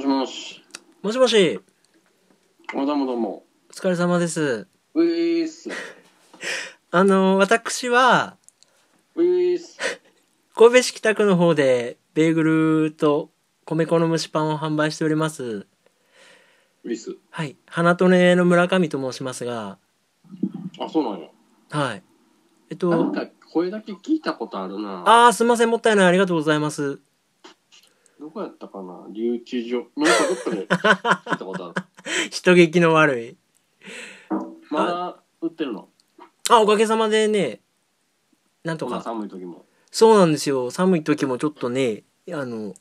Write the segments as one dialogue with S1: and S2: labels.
S1: しもし。
S2: もしもし、
S1: あ、どうもどうも。
S2: お疲れ様です。
S1: ウィース。
S2: あの、私は、
S1: ウィース。
S2: 神戸市北区の方で、ベーグルと米粉の蒸しパンを販売しております。
S1: ウィース。
S2: はい。花とねの村上と申しますが、
S1: あ、そうなんや。
S2: はい。えっ
S1: なん
S2: と、
S1: か声だけ聞いたことあるな。
S2: あー、すいません、もったいない。ありがとうございます。
S1: どこやったかな留置所。なんかどっかで聞いたことある。
S2: 人聞きの悪い。
S1: まだ売ってるの
S2: あ、おかげさまでね、なんと
S1: こんな
S2: か。
S1: 寒い時も。
S2: そうなんですよ。寒い時もちょっとね、あの、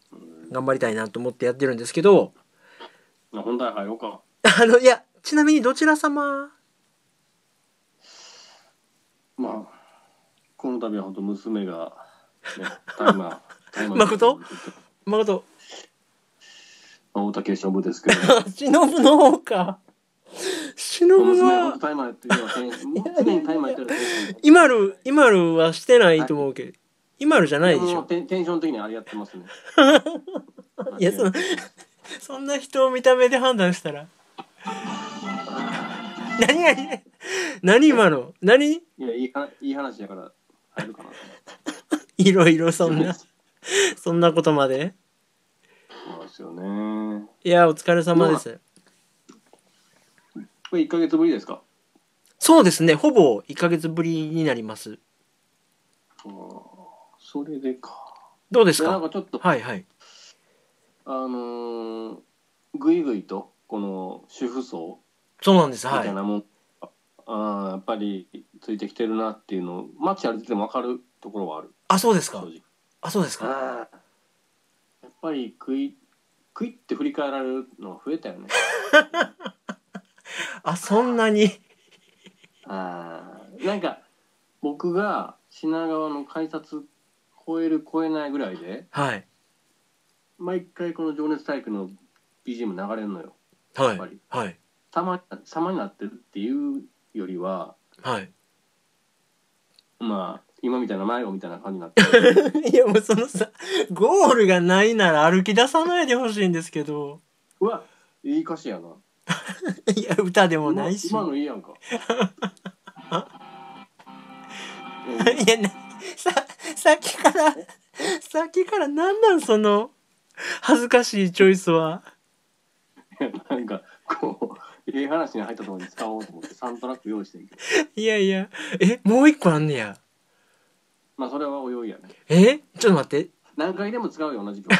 S2: 頑張りたいなと思ってやってるんですけど、
S1: な本題入ろうか。
S2: あの、いや、ちなみにどちら様
S1: まあ、この度は本当娘が、ね、タイマー、タイマー。
S2: 誠誠、
S1: まあ大竹しのぶですけど、
S2: 忍ぶの方か。忍ぶ
S1: 娘は本
S2: は
S1: 当、タイマーやってるよ。常にタイマーやってる選手。
S2: 今る、今るはしてないと思うけど、今るじゃないでし
S1: もう
S2: ょ。
S1: テンテンション的にあれやってますね。
S2: いやそのそんな人を見た目で判断したら。何何何今の何
S1: いや、いい話いい話だから入るかな。
S2: いろいろそんな、そんなことまで。
S1: そうですよね。
S2: いや、お疲れ様です。
S1: これ1ヶ月ぶりですか
S2: そうですね、ほぼ1ヶ月ぶりになります。
S1: あーそれでか。
S2: どうです
S1: いやなん
S2: か
S1: かちょっと、
S2: はいはい。
S1: あのー、ぐいぐいと、この主婦層
S2: そうなんです、
S1: み
S2: は
S1: たい
S2: い。
S1: なもん、ああーやっぱりついてきてるなっていうのを、街歩いてても分かるところはある、
S2: あ、そうです
S1: 正
S2: か。
S1: 直。
S2: あ、そうですか。
S1: あーやっぱり食い、食いって振り返られるの増えたよね。
S2: あ、そんなに。
S1: あーなんか僕が品川の改札超える超えないぐらいで
S2: はい。
S1: 毎回この「情熱大陸」の BGM 流れるのよ
S2: は
S1: やっ
S2: い
S1: ぱり。
S2: はい。
S1: たま様になってるっていうよりは
S2: はい。
S1: まあ今みたいな迷子みたいな感じになってる
S2: いやもうそのさゴールがないなら歩き出さないでほしいんですけど
S1: うわいい歌詞やない
S2: や歌でもないしい
S1: 今今のいいやん か え
S2: やなささっきからさっきからなんなんその恥ずかしいチョイスは
S1: なんかこうええ話に入ったところに使おうと思ってサントラック用意してんけど
S2: いやいやえもう一個あんねや
S1: まあそれはおいおいやね
S2: えちょっと待って
S1: 何回でも使うよ同じ曲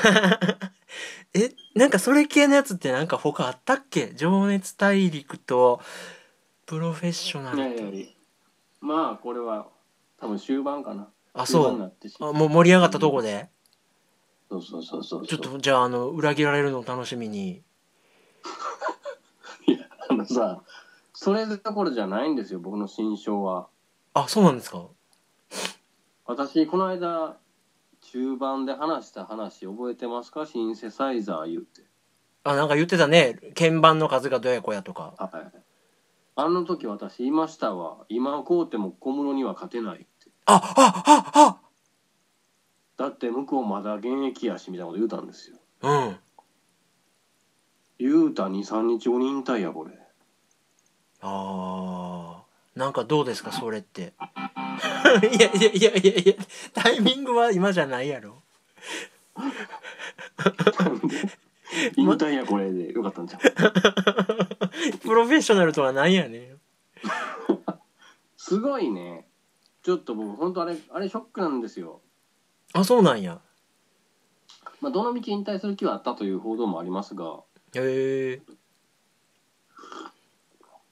S2: えなんかそれ系のやつってなんか他あったっけ情熱大陸とプロフェッショナ
S1: いや
S2: ル
S1: い
S2: と
S1: やいやまあこれは多分終盤かな
S2: あ
S1: 終
S2: そ
S1: 盤にな
S2: う
S1: ってし
S2: あもう盛り上がったとこで
S1: そうそうそうそう
S2: ちょっとじゃああの裏切られるのを楽しみに
S1: いやあのさそれどころじゃないんですよ僕の心象は
S2: あそうなんですか
S1: 私この間中盤で話した話覚えてますかシンセサイザー言うて
S2: あ、なんか言ってたね。鍵盤の数がどやこやとか。
S1: はいあの時私言いましたわ今をこうても小室には勝てないって
S2: あ、あ、
S1: だって向こうまだ現役やしみたいなこと言うたんですよ
S2: あ、あうん。
S1: 言うた23日後に引退やこ れ
S2: あー。なんかどうですか、それって。 いやいやいやいやいや、タイミングは今じゃないやろ。
S1: 引退やこれでよかったんじゃん
S2: プロフェッショナルとはなんやねん。
S1: すごいねちょっと僕本当あれあれショックなんですよ、
S2: あ、そうなんや。
S1: まあ、どの道引退する気はあったという報道もありますが
S2: へえ。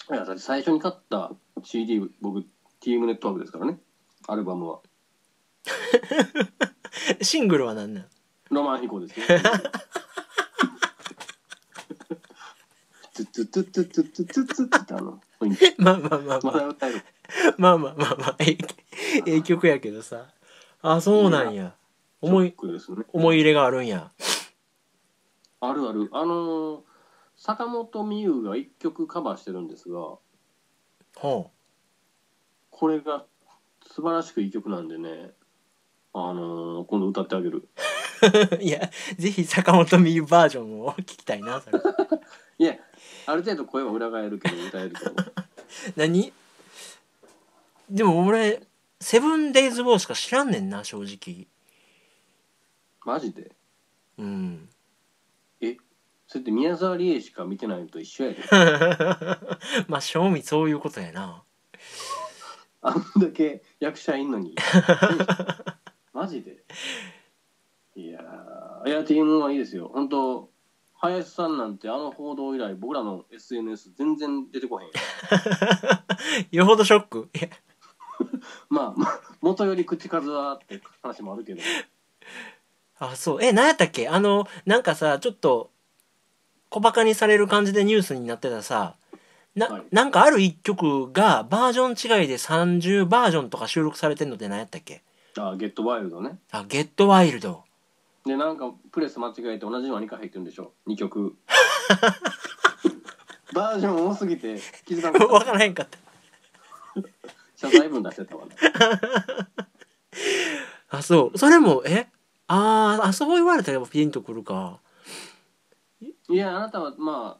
S1: いやだって最初に買った CD 僕ティームネットワークですからねアルバムは
S2: シングルはなんなん
S1: ロマン飛行ですよトゥトゥトゥトゥトゥトゥトゥトゥトゥってあの雰囲気
S2: まあまあまあ
S1: ま
S2: ま
S1: だ
S2: あ。
S1: 歌える
S2: まあまあまあまあ。ええええ曲やけどさ。あ、そうなんや。思
S1: シ
S2: い
S1: ョ、ックですね
S2: 思い入れがあるんや。
S1: あるあるあのー坂本美優が一曲カバーしてるんですが
S2: ほ
S1: これが素晴らしくいい曲なんでねあのー今度歌ってあげる
S2: う。いやぜひ坂本美優バージョンを聞きたいなそれ
S1: いやある程度声は裏返るけど歌えるけど
S2: 何でも俺「セブンデイズ・ウォー」しか知らんねんな正直
S1: マジで
S2: うん
S1: それって宮沢りえしか見てないのと一緒やで
S2: まあ正味そういうことやな
S1: あんだけ役者いんのにマジでいやーいや TM はいいですよ本当林さんなんてあの報道以来僕らの SNS 全然出てこへんよ
S2: よほどショックいや
S1: まあまあ元より口数はって話もあるけど
S2: あそうえ何やったっけあのなんかさちょっと小バカにされる感じでニュースになってたさな,、
S1: はい
S2: なんかある一曲がバージョン違いで30バージョンとか収録されてんのって何やったっけ
S1: あゲットワイルドね
S2: あゲットワ イルド
S1: でなんかプレス間違えて同じのが2回入ってるんでしょ2曲バージョン多すぎて気づかなか
S2: 分
S1: った
S2: からへんかった
S1: 謝罪文出してたわ、ね、
S2: あそうそれもえあーあそう言われたらやっぱピンとくるか
S1: いやあなたはまあ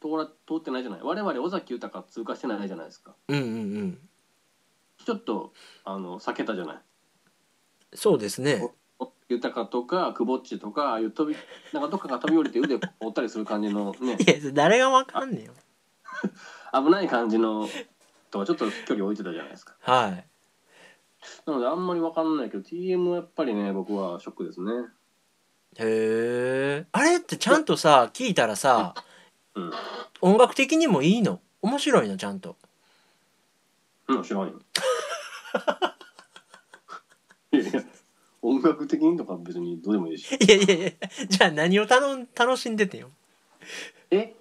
S1: 通ら通ってないじゃない我々尾崎豊通過してないじゃないですか
S2: うんうんうん
S1: ちょっとあの避けたじゃない
S2: そうですね
S1: 尾崎豊とかくぼっちとかああいう飛びなんかどっかが飛び降りて腕折ったりする感じのね
S2: いや誰が分かんねんよ
S1: 危ない感じのとはちょっと距離置いてたじゃないですか
S2: はい
S1: なのであんまり分かんないけど TM はやっぱりね僕はショックですね
S2: へえあれってちゃんとさ聞いたらさ
S1: うん
S2: 音楽的にもいいの面白いのちゃんと
S1: うん、知らんよ。いやいや、音楽的にとか別にどうでもいいし。
S2: いやいやいやじゃあ何を頼ん楽しんでてよ
S1: え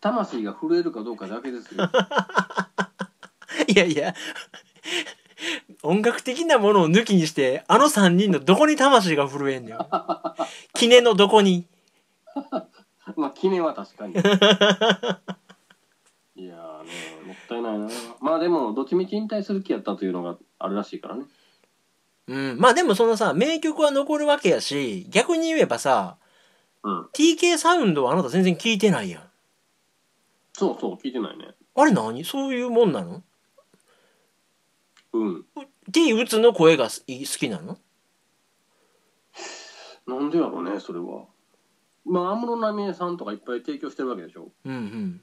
S1: 魂が震えるかどうかだけです よ。
S2: いやいや音楽的なものを抜きにしてあの3人のどこに魂が震えんの よ記念のどこに
S1: まあ、記念は確かに。いやーね、もったいないな。まあでも、どっちみち引退する気やったというのがあるらしいからね。
S2: うんまあでもそのさ名曲は残るわけやし逆に言えばさ
S1: うん。
S2: TK サウンドはあなた全然聞いてないやん
S1: そうそう、聞いてないね。
S2: あれ何そういうもんなの
S1: うん。
S2: ?T 打つの声がすい好きなの
S1: なんでやろうね、それは。まあ、安室奈美恵さんとかいっぱい提供してるわけでしょ。
S2: うん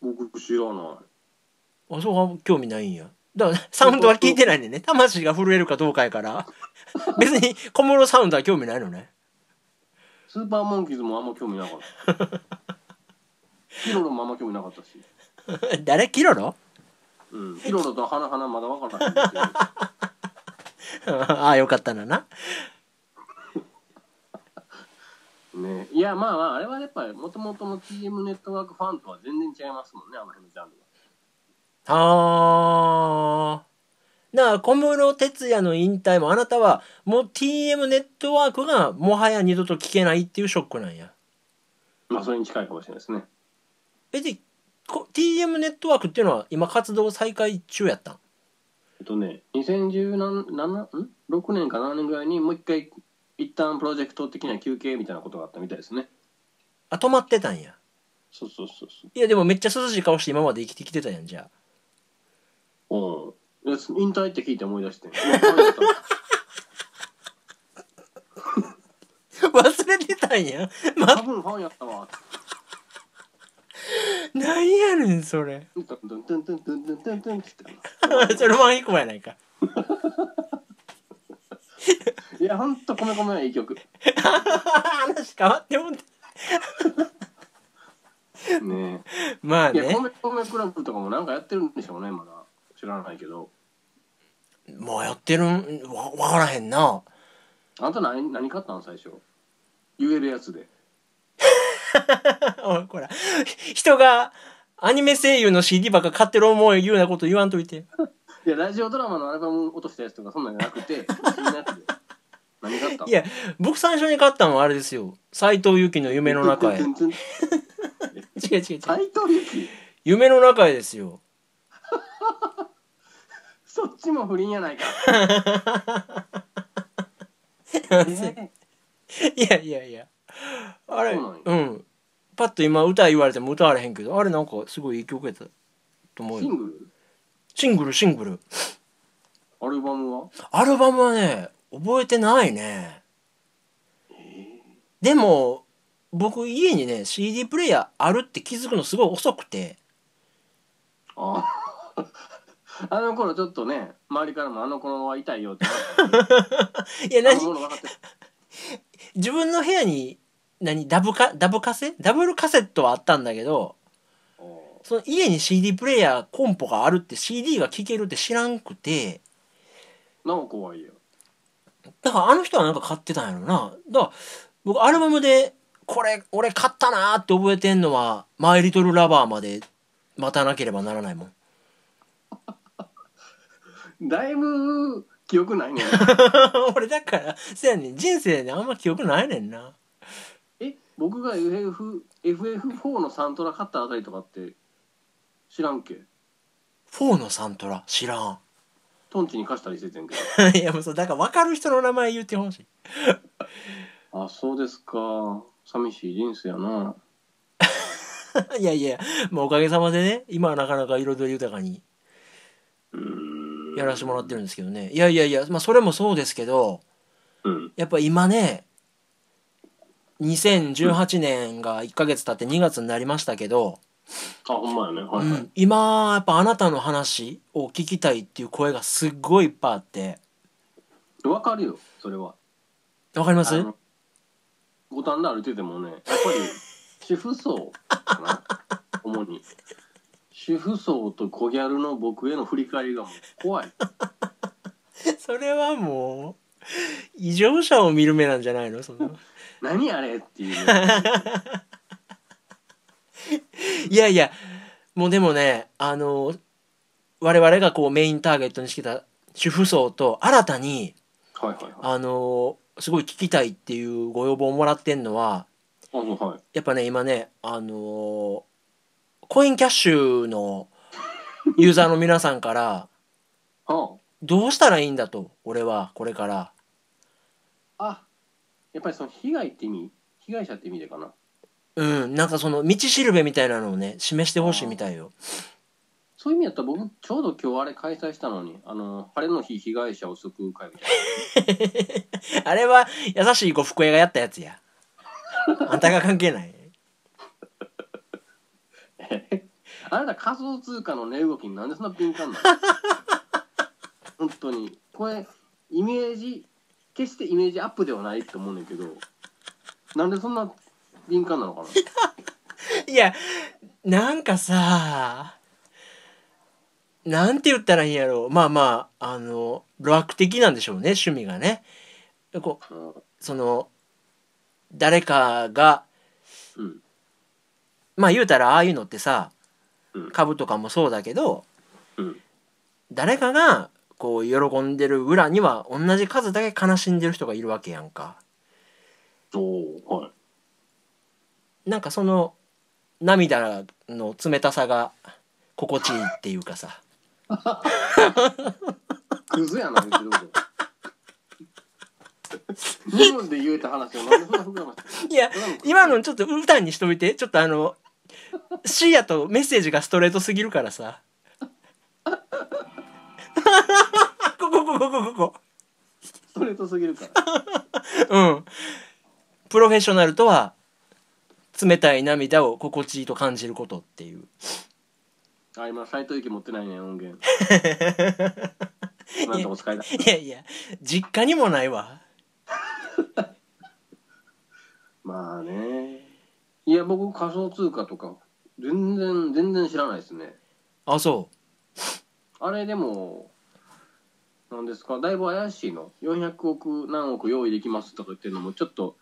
S1: 僕知らない。
S2: うんあそうは興味ないんやだからサウンドは聞いてないねんね魂が震えるかどうかやから 別に小室サウンドは興味ないのね
S1: スーパーモンキーズもあんま興味なかった。ヒロロもあんま興味なかったし。
S2: 誰キロロ
S1: うん。ヒロロと花々まだ分からないんですけど。
S2: ああよかったなな
S1: ね、いやまあまああれはやっぱりもともとの TM ネットワークファンとは全然違いますもんねあの辺のジャンルは。
S2: あーだから小室哲哉の引退もあなたはもう TM ネットワークがもはや二度と聞けないっていうショックなんや
S1: まあそれに近いかもしれないですね。
S2: えでこ TM ネットワークっていうのは今活動再開中やったん
S1: えっとね2017ん6年か7年ぐらいにもう一回一旦プロジェクト的な休憩みたいなことがあったみたいですね。
S2: あ止まってたんや
S1: そうそうそうそう。
S2: いやでもめっちゃ涼しい顔して今まで生きてきてたやんじゃあ
S1: おうん。いや引退って聞いて思い出 して。もう思い出した
S2: 忘れてたんや
S1: 多分ファンやったわ。
S2: なんやねんそれ
S1: ドゥンドゥンドゥンドゥンドゥンドゥンドゥンって言ってた
S2: それマンヒコやないか
S1: いや、ほんと、米米はいい曲。ね
S2: 話変わってもん
S1: え。
S2: まあ
S1: いや、
S2: ね
S1: 米米クラブとかもなんかやってるんでしょうね、まだ。知らないけど。
S2: もうやってるんわわからへんな
S1: あんた何、何買ったん最初。言えるやつで。
S2: おいこら人がアニメ声優の CD ばっか買ってる思い言うようなこと言わんといて
S1: いや、ラジオドラマのアルバム落としたやつとか、そんなんじゃなくて、不思議なやつで。何買った
S2: いや僕最初に買ったのはあれですよ斎藤由貴の夢の中へ違
S1: 全
S2: う
S1: 然
S2: 違う違
S1: 斎
S2: う
S1: 藤由貴。
S2: 夢の中へですよ
S1: そっちも不倫やないか。
S2: なんせ
S1: え
S2: いやいやいやあれ
S1: そうなんや
S2: うんパッと今歌言われても歌われへんけどあれなんかすごいいい曲やったと思
S1: ー、
S2: う
S1: シ
S2: よ
S1: ング
S2: シングルシングル
S1: ルアルバムは
S2: アルバムはね覚えてないねでも僕家にね CD プレイヤーあるって気づくのすごい遅くて
S1: あーあの頃ちょっとね周りからもあの頃は痛いよって
S2: いや
S1: あの
S2: 何
S1: 頃分かって
S2: 自分の部屋に何ダブカダブカセダブルカセットはあったんだけど
S1: お
S2: その家に CD プレイヤーコンポがあるって CD が聴けるって知らんくて
S1: ーなお怖いよ
S2: だからあの人はなんか買ってたんやろなだから僕アルバムでこれ俺買ったなーって覚えてんのは「マイ・リトル・ラバー」まで待たなければならないもん
S1: だいぶ記憶ないね
S2: 俺だからせやねん人生であんま記憶ないねんな
S1: え僕が FF FF4 のサントラ買ったあたりとかって知らんけ
S2: 4のサントラ知らん
S1: トンチに貸したりしててんけ
S2: いやもうそうだから分かる人の名前言ってほしい
S1: どあそうですか寂しい人生やない
S2: やいや、まあ、おかげさまでね今はなかなか彩り豊かに
S1: うーん
S2: やらせてもらってるんですけどねいやいやいや、まあ、それもそうですけど
S1: うん
S2: やっぱ今ね2018年が1ヶ月経って2月になりましたけど、
S1: あほんまやねは
S2: う
S1: いはい、
S2: ん、今やっぱあなたの話を聞きたいっていう声がすっごいいっぱいあって
S1: わかるよそれは
S2: わかります
S1: あの五反田歩いててもねやっぱり主婦層かな主に主婦層と小ギャルの僕への振り返りがもう怖い
S2: それはもう異常者を見る目なんじゃないの その
S1: 何あれっていう
S2: いやいやもうでもねあの我々がこうメインターゲットにしてた主婦層と新たに
S1: はいはいはいあ
S2: あのすごい聞きたいっていうご要望をもらってんのは
S1: そうはい
S2: やっぱね今ねあのコインキャッシュのユーザーの皆さんから
S1: あ
S2: どうしたらいいんだと俺はこれから
S1: あやっぱりその被害って意味被害者って意味でかな
S2: うんなんかその道しるべみたいなのをね示してほしいみたいよ
S1: そういう意味だったら僕ちょうど今日あれ開催したのにあの晴れの日被害者を救う会みたい
S2: あれは優しい呉服屋がやったやつや。あんたが関係ない。
S1: なあなた仮想通貨の値動きになんでそんな敏感なの 本当にこれイメージ決してイメージアップではないと思うねんだけどなんでそんな敏感なのかない
S2: や、なんかさ、なんて言ったらいいんやろう。まあまあ、あの、露悪的なんでしょうね、趣味がね。こう、
S1: うん
S2: その、誰かが、
S1: うん
S2: まあ言うたらああいうのってさ、
S1: うん
S2: 株とかもそうだけど、
S1: うん
S2: 誰かが、こう、喜んでる裏には、同じ数だけ悲しんでる人がいるわけやんか。
S1: おおはい
S2: なんかその涙の冷たさが心地いいっていうかさ
S1: クズやな言ってること2分で言えた話をなんでそんな膨らませて
S2: いや今のちょっと歌にしといてちょっとあの視野とメッセージがストレートすぎるから さこここここここ
S1: ストレートすぎるから
S2: こうんプロフェッショナルとは冷たい涙を心地いいと感じることっていう
S1: あ今斎藤由貴持ってないね音源今んとこ使いだ
S2: いやいや実家にもないわ
S1: まあねいや僕仮想通貨とか全然全然知らないですね
S2: あそ
S1: あれでもなんですかだいぶ怪しいの400億何億用意できますとか言ってるのもちょっと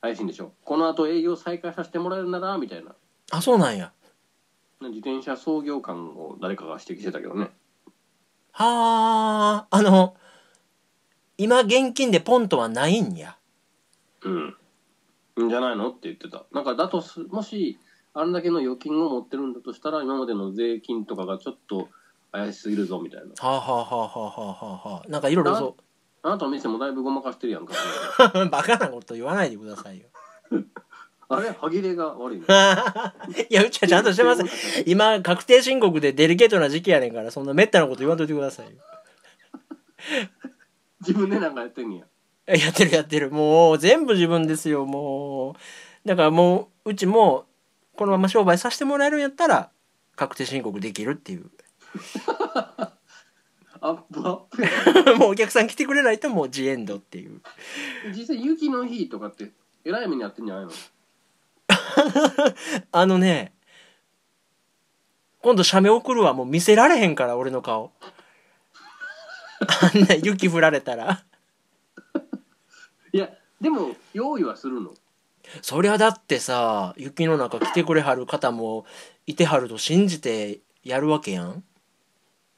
S1: 怪しいんでしょこの後営業再開させてもらえるならみたいな
S2: うあそうなんや
S1: 自転車創業感を誰かが指摘してたけどね
S2: はあ、あの、今現金でポンとはないんや。
S1: うんいいんじゃないのって言ってたなんかだとすもしあんだけの預金を持ってるんだとしたら今までの税金とかがちょっと怪しすぎるぞみたいな
S2: はあはあはあはあはあはあ。なんかいろいろそ
S1: あなたの店もだいぶごまかしてるやんか。
S2: バカなこと言わないでくださいよ。
S1: あれ歯切れが悪いの。
S2: いや、うちはちゃんとして ます。今、確定申告でデリケートな時期やねんから、そんなめったなこと言わんといてくださいよ。
S1: 自分でなんかやってんねや。
S2: え やってるやってる。もう、全部自分ですよ、もう。だからもう、うちも、このまま商売させてもらえるんやったら、確定申告できるっていう。
S1: アップアップや
S2: もうお客さん来てくれないともうジエンドってい
S1: な。
S2: う。
S1: 実際雪の日とかって、えらい目にあってんじゃないの
S2: あのね、今度写メ送るわ。もう見せられへんから、俺の顔。あんな雪降られたら。
S1: いや、でも、用意はするの。
S2: そりゃだってさ、雪の中来てくれはる方もいてはると信じてやるわけやん。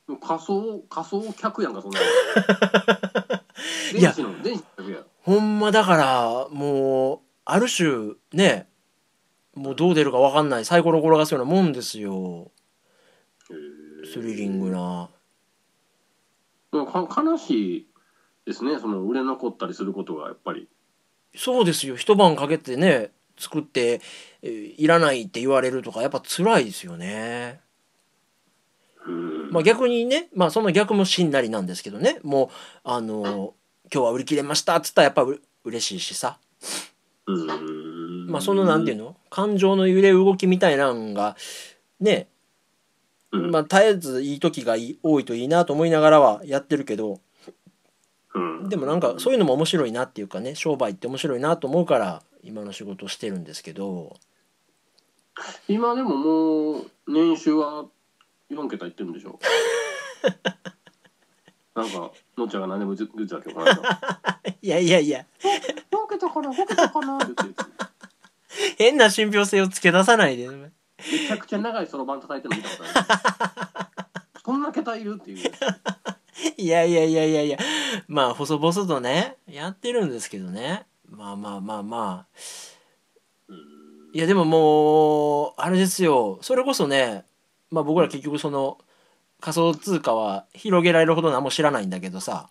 S1: もう仮想、仮想客やんか、そんなの。
S2: いや
S1: 電子の、電子の客やん。
S2: ほんまだから、もう、ある種、ね、もうどう出るかわかんない。サイコロ転がすようなもんですよ。スリリングな。
S1: もうか悲しいですねその売れ残ったりすることがやっぱり
S2: そうですよ一晩かけてね作って、えーいらないって言われるとかやっぱ辛いですよね。まあ、逆にね、まあ、その逆もしんなりなんですけどねもうあの今日は売り切れましたっつったらやっぱう嬉しいしさ、
S1: うん
S2: まあ、そのなんていう
S1: の、
S2: の感情の揺れ動きみたいなんがね、
S1: うん
S2: まあ、絶えずいい時がいい多いといいなと思いながらはやってるけど
S1: うん
S2: でもなんかそういうのも面白いなっていうかね商売って面白いなと思うから今の仕事をしてるんですけど。
S1: 今でももう年収は4桁いってるんでし ょなんかのっちゃんが何でも言ってたけどこの間
S2: いやいやいや
S1: 4桁かな5桁かなって言って
S2: 変な信憑性をつけ出さないで。
S1: めちゃくちゃ長いそろばん叩いてるの見たことあるそんな桁いるって いう
S2: いやいやいやいやいや。まあ、細々とね、やってるんですけどね。まあまあまあまあ。いや、でももう、あれですよ。それこそね、まあ僕ら結局その、仮想通貨は広げられるほど何も知らないんだけどさ。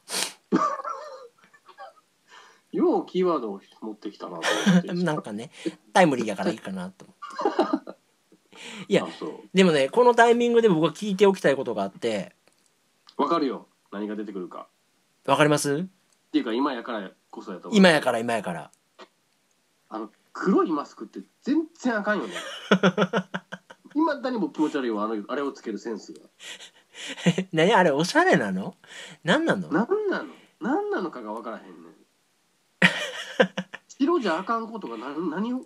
S1: ようキーワードを持ってきたなと思って
S2: なんかね、タイムリーやからいいかなと思って。いや
S1: あそう
S2: でもね、このタイミングで僕は聞いておきたいことがあって、
S1: わかるよ何が出てくるか
S2: わかります
S1: っていうか今やからこそやと思う
S2: 今やから今やから。
S1: あの黒いマスクって全然あかんよねいまだにも気持ち悪いわあのあれをつけるセンスが
S2: 何あれおしゃれなの何なの
S1: 何なの何なのかが分からへんねん白じゃあかんことが何何を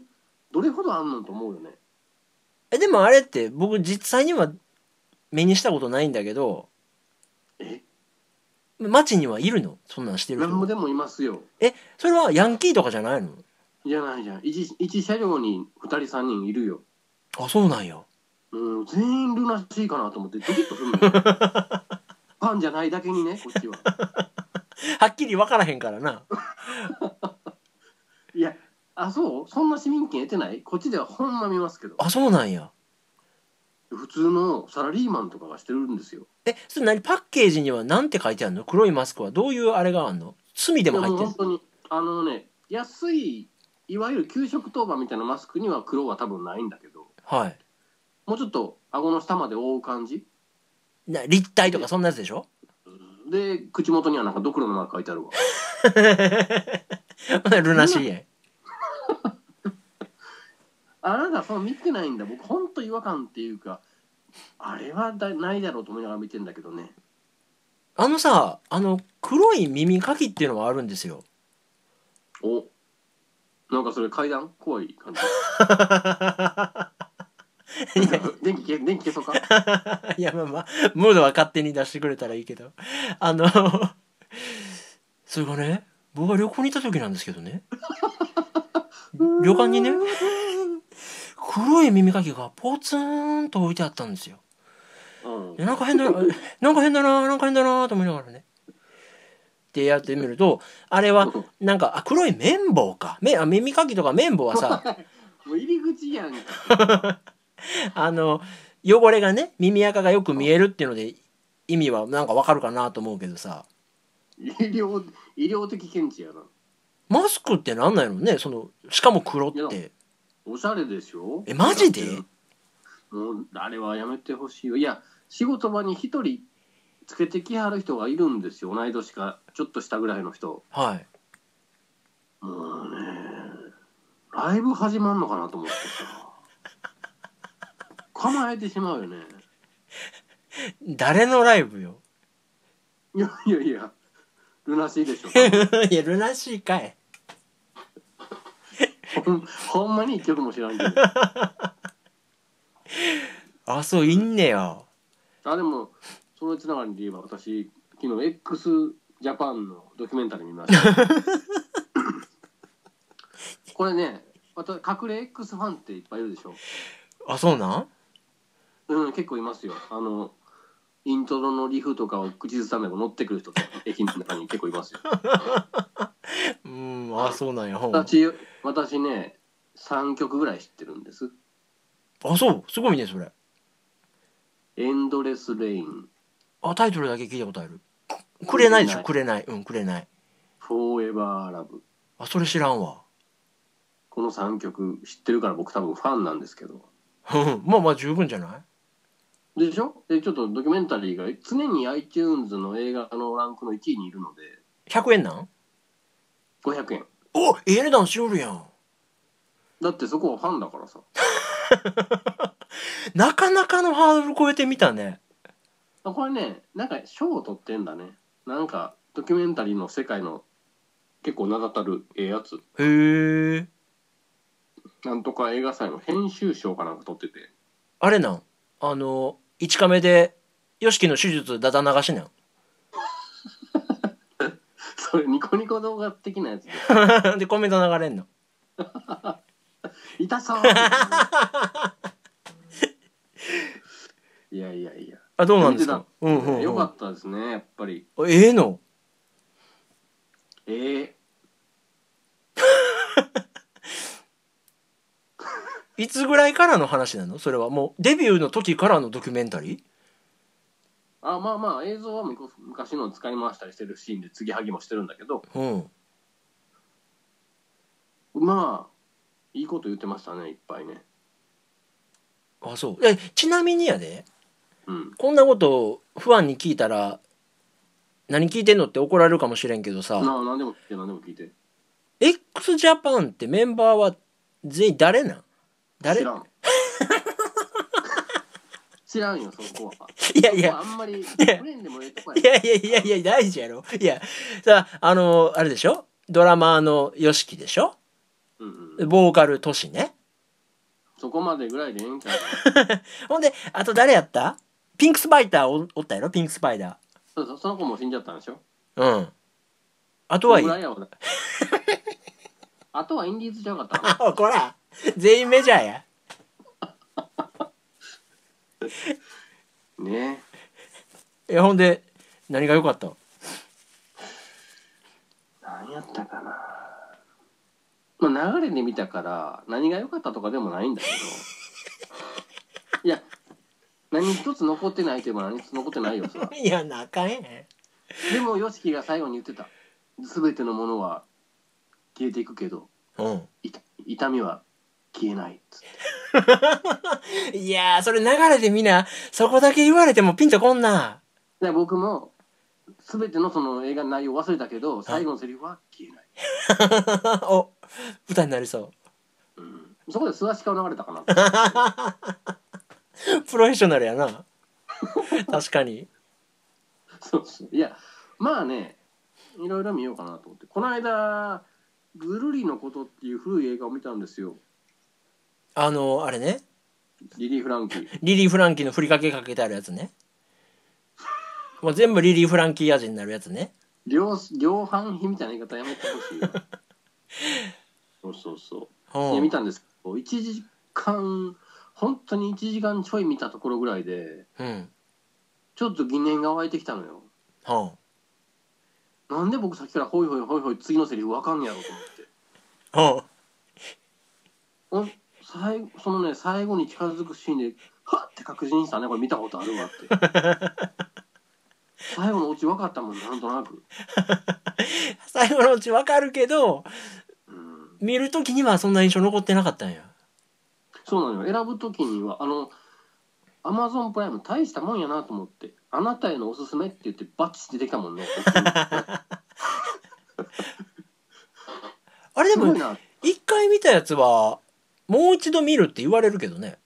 S1: どれほどあんのと思うよね
S2: えでもあれって僕実際には目にしたことないんだけど
S1: え
S2: 街にはいるのそんなんしてる
S1: 何も
S2: 人
S1: でもいますよ
S2: えそれはヤンキーとかじゃないの
S1: じゃないじゃん一一車両に2人3人いるよ
S2: あそうなんや
S1: うん全員ルナシーかなと思ってドキッとするのよファンじゃないだけにねこっちは
S2: はっきり分からへんからない
S1: やあそうそんな市民権得てないこっちではほんま見ますけど
S2: あそうなんや
S1: 普通のサラリーマンとかがしてるんですよ
S2: えそれ何パッケージには何て書いてあるの黒いマスクはどういうあれがあんの罪で
S1: で
S2: も
S1: も
S2: 入ってる
S1: 本当にあのね安いいわゆる給食当番みたいなマスクには黒は多分ないんだけど
S2: はい
S1: もうちょっと顎の下まで覆う感じ
S2: な立体とかそんなやつでしょ
S1: で口元にはなんかドクロのマーク書いてあるわ
S2: ルナシーや
S1: あなたその見てないんだ僕ほんと違和感っていうかあれはだないだろうと思いながら見てんだけどね
S2: あのさあの黒い耳かきっていうのはあるんですよ
S1: おなんかそれ階段怖い 感じ 電気消電気消そうか
S2: いやまあまあムードは勝手に出してくれたらいいけどあの それがね僕が旅行に行った時なんですけどね旅館にね黒い耳かきがポツンと置いてあったんですよ
S1: うん
S2: でなんか 変だななんか変だななんか変だなと思いながらねでやってみるとあれはなんかあ黒い綿棒かめあ耳かきとか綿棒はさ
S1: もう入り口やんか
S2: あの汚れがね耳垢がよく見えるっていうので意味はなんかわかるかなと思うけどさ
S1: 医療医療的見地やな
S2: マスクってなんないのねそのしかも黒っ
S1: いや
S2: て
S1: おしゃれでしょ
S2: えマジで
S1: もうあれはやめてほしいよいや仕事場に一人つけてきはる人がいるんですよ同い年かちょっと下ぐらいの人
S2: はい
S1: もうねライブ始まんのかなと思ってさ構えてしまうよね
S2: 誰のライブよ
S1: いやいやいやルナシーでしょ
S2: いやルナシーかい
S1: ほんほんまに一曲も知らんけど
S2: あそういんねや
S1: あでもそのつながりで言えば私昨日 x ジャパンのドキュメンタリー見ましたこれねまた隠れ X ファンっていっぱいいるでしょ、
S2: あそうなん
S1: うん、結構いますよあのイントロのリフとかを口ずさめば乗ってくる人って駅の中に結構いますよ
S2: うんあそうなんやほん
S1: 私私ね3曲ぐらい知ってるんです
S2: あそうすごいねそれ
S1: 「エンドレス・レイン」
S2: あタイトルだけ聞いたことあるくくれないでしょ
S1: く
S2: くれないうんくれない
S1: 「フォーエバー・ラブ
S2: あそれ知らんわ」
S1: この3曲知ってるから僕多分ファンなんですけど
S2: うんまあまあ十分じゃない
S1: でしょでちょっとドキュメンタリーが常に iTunes の映画のランクの1位にいるので
S2: 100円なん
S1: 500円
S2: おええ値段しおるやん
S1: だってそこはファンだからさ
S2: なかなかのハードル超えてみたね
S1: あこれねなんか賞を取ってんだねなんかドキュメンタリーの世界の結構名だたるええやつ
S2: へえ
S1: なんとか映画祭の編集賞かなんか取ってて
S2: あれなんあの1カメで YOSHIKI の手術だだ流しなん
S1: それニコニコ動画的なやつで
S2: でコメント流れんの
S1: 痛 そういやいやいや、
S2: あどうなんですかうんうん、
S1: よ
S2: う
S1: か
S2: ん、
S1: ったですねやっぱり
S2: ええの
S1: ええ
S2: いつぐらいからの話なのそれはもうデビューの時からのドキュメンタリー
S1: あまあまあ映像はむこ昔のを使い回したりしてるシーンで継ぎはぎもしてるんだけど
S2: うん
S1: まあいいこと言ってましたねいっぱいね
S2: あそうえちなみにやで
S1: うん
S2: こんなこと不安に聞いたら何聞いてんのって怒られるかもしれんけどさ
S1: な何でも聞いて何でも聞いて
S2: x ジャパンってメンバーは全員誰なん誰
S1: 知 らん知らんよそこはい
S2: やいや
S1: そこはあんまりブレんでもええとこや
S2: いやいやいやいや大事やろいやさあのあれでしょドラマーの YOSHIKI でしょ
S1: うんうん、
S2: ボーカルトシね
S1: そこまでぐらいでええんちゃう
S2: ほんであと誰やったピンクスパイダーおおったやろピンクスパイダ
S1: そうそうその子も死んじゃったんでしょ
S2: ーうんあとは
S1: そのぐら
S2: いい
S1: い やわなあとはインディーズじゃなかった
S2: あおこら全員メジャーや
S1: ね
S2: えほんで何が良かった
S1: 何やったかな、まあ、流れで見たから何が良かったとかでもないんだけどいや何一つ残ってないといえば何一つ残ってないよさ
S2: いやなあかんやん
S1: でも YOSHIKI が最後に言ってた「全てのものは消えていくけど
S2: うん
S1: 痛痛みは消えない」っつって
S2: いやーそれ流れでみんなそこだけ言われてもピンとこんな
S1: で僕も全てのその映画の内容忘れたけど最後のセリフは消えない、
S2: お歌になりそ
S1: うん、そこで素足顔流れたかなって
S2: うプロフェッショナルやな確かに
S1: そうそういやまあねいろいろ見ようかなと思ってこの間「ぐるりのこと」っていう古い映画を見たんですよ
S2: あのあれね
S1: リリー・フランキー
S2: リリー・フランキーのふりかけかけてあるやつねもう全部リリー・フランキー味になるやつね
S1: 量量販品みたいな言い方やめてほしいよそうそうそうういや
S2: ん
S1: 見たんですけど1時間本当に1時間ちょい見たところぐらいで
S2: うん
S1: ちょっと疑念が湧いてきたのよ
S2: は
S1: なんで僕さっきからホイホイホイホイ次のセリフわかんねやろと思って
S2: あは
S1: お最後そのね最後 に近づくシーンではっって確信したねこれ見たことあるわって最後のオチ分かったもんなんとなく
S2: 最後のうちわかるけど、
S1: うん
S2: 見るときにはそんな印象残ってなかったんや。
S1: そうなのよ選ぶ時にはあのアマゾンプライム大したもんやなと思って「あなたへのおすすめ」って言ってバッチ出てきたもんね
S2: あれです
S1: ご
S2: も
S1: い、な
S2: 一回見たやつは、もう一度見るって言われるけどね。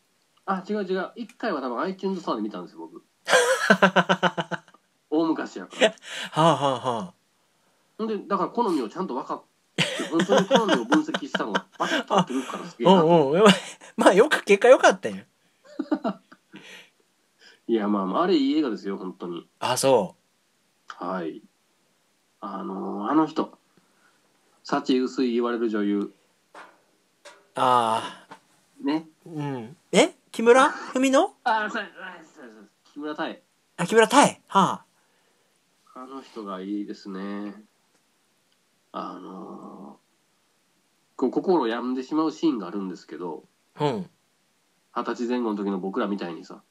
S1: あ違う違う一回は多分 iTunes ストアで見たんですよ僕大昔やから
S2: はあはあは
S1: ほんでだから好みをちゃんと分かって本当に好みを分析したのがバチッと合ってくるからすげえな
S2: あ。うんうん。 まあよく、結果良かったんや。
S1: いやまあまああれいい映画ですよ本当に
S2: あ、そ
S1: はいあのーあの人幸薄い言われる女優
S2: う。ああ。
S1: ね
S2: うん。え木村文乃
S1: ああそうあそうそう木村多江
S2: あ、木村太江。は
S1: あの人がいいですねあのーこう心病んでしまうシーンがあるんですけど
S2: あ。うん。
S1: 二十歳前後の時の僕らみたいに さ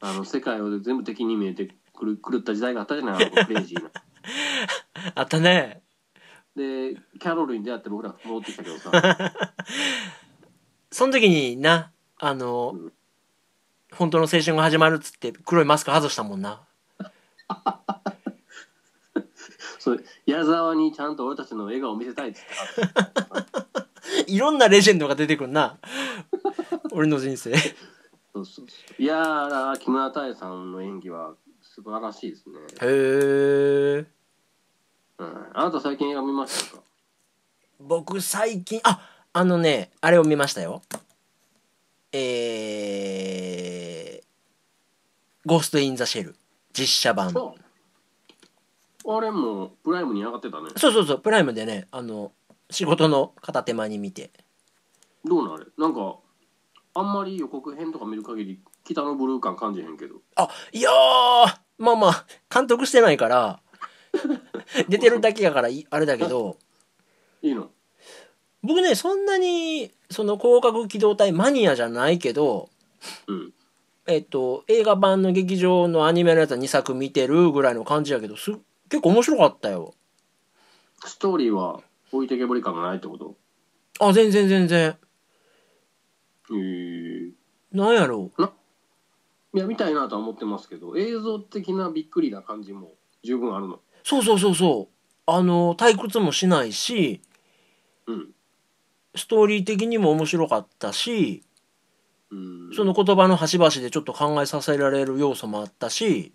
S1: あの世界を全部敵に見えてくる狂った時代があったじゃないあのクレイジーな
S2: あったね。
S1: でキャロルに出会って僕ら戻ってきたけどさ
S2: その時にな、あの、
S1: うん
S2: 本当の青春が始まるっつって黒いマスク外したもんな。
S1: それ矢沢にちゃんと俺たちの笑顔を見せたいっつって
S2: いろんなレジェンドが出てくるな。 俺の人生。へ
S1: そうそうそういやー木村多江さんの演技は素晴らしいですね、
S2: え。
S1: うん、あなた最近映画見ましたか
S2: 僕最近、あ、あのね、あれを見ましたよ。えー、ゴースト・イン・ザ・シェル。実写版。
S1: そう
S2: そ
S1: あれもプライムに上がってたね
S2: うそうそう、プライムでね、あの、仕事の片手間に見て。
S1: どうなんあれなんかあんまり予告編とか見る限り北のブルー感感じへんけど
S2: あ、いやー、まあまあ、監督してないから、出てるだけやから、いあれだけど、
S1: いいの
S2: 僕ね、そんなに、その広角機動隊マニアじゃないけど、
S1: うん
S2: えっと、映画版の劇場のアニメのやつは2作見てるぐらいの感じやけどす結構面白かったよ
S1: ストーリーは置いてけぼり感がないってこと
S2: あ全然全然
S1: へえ
S2: なんやろ
S1: いや見たいなとは思ってますけど映像的なびっくりな感じも十分あるの
S2: うそうそうそうそうあの退屈もしないし
S1: うん
S2: ストーリー的にも面白かったし
S1: うん
S2: その言葉の端々でちょっと考えさせられる要素もあったし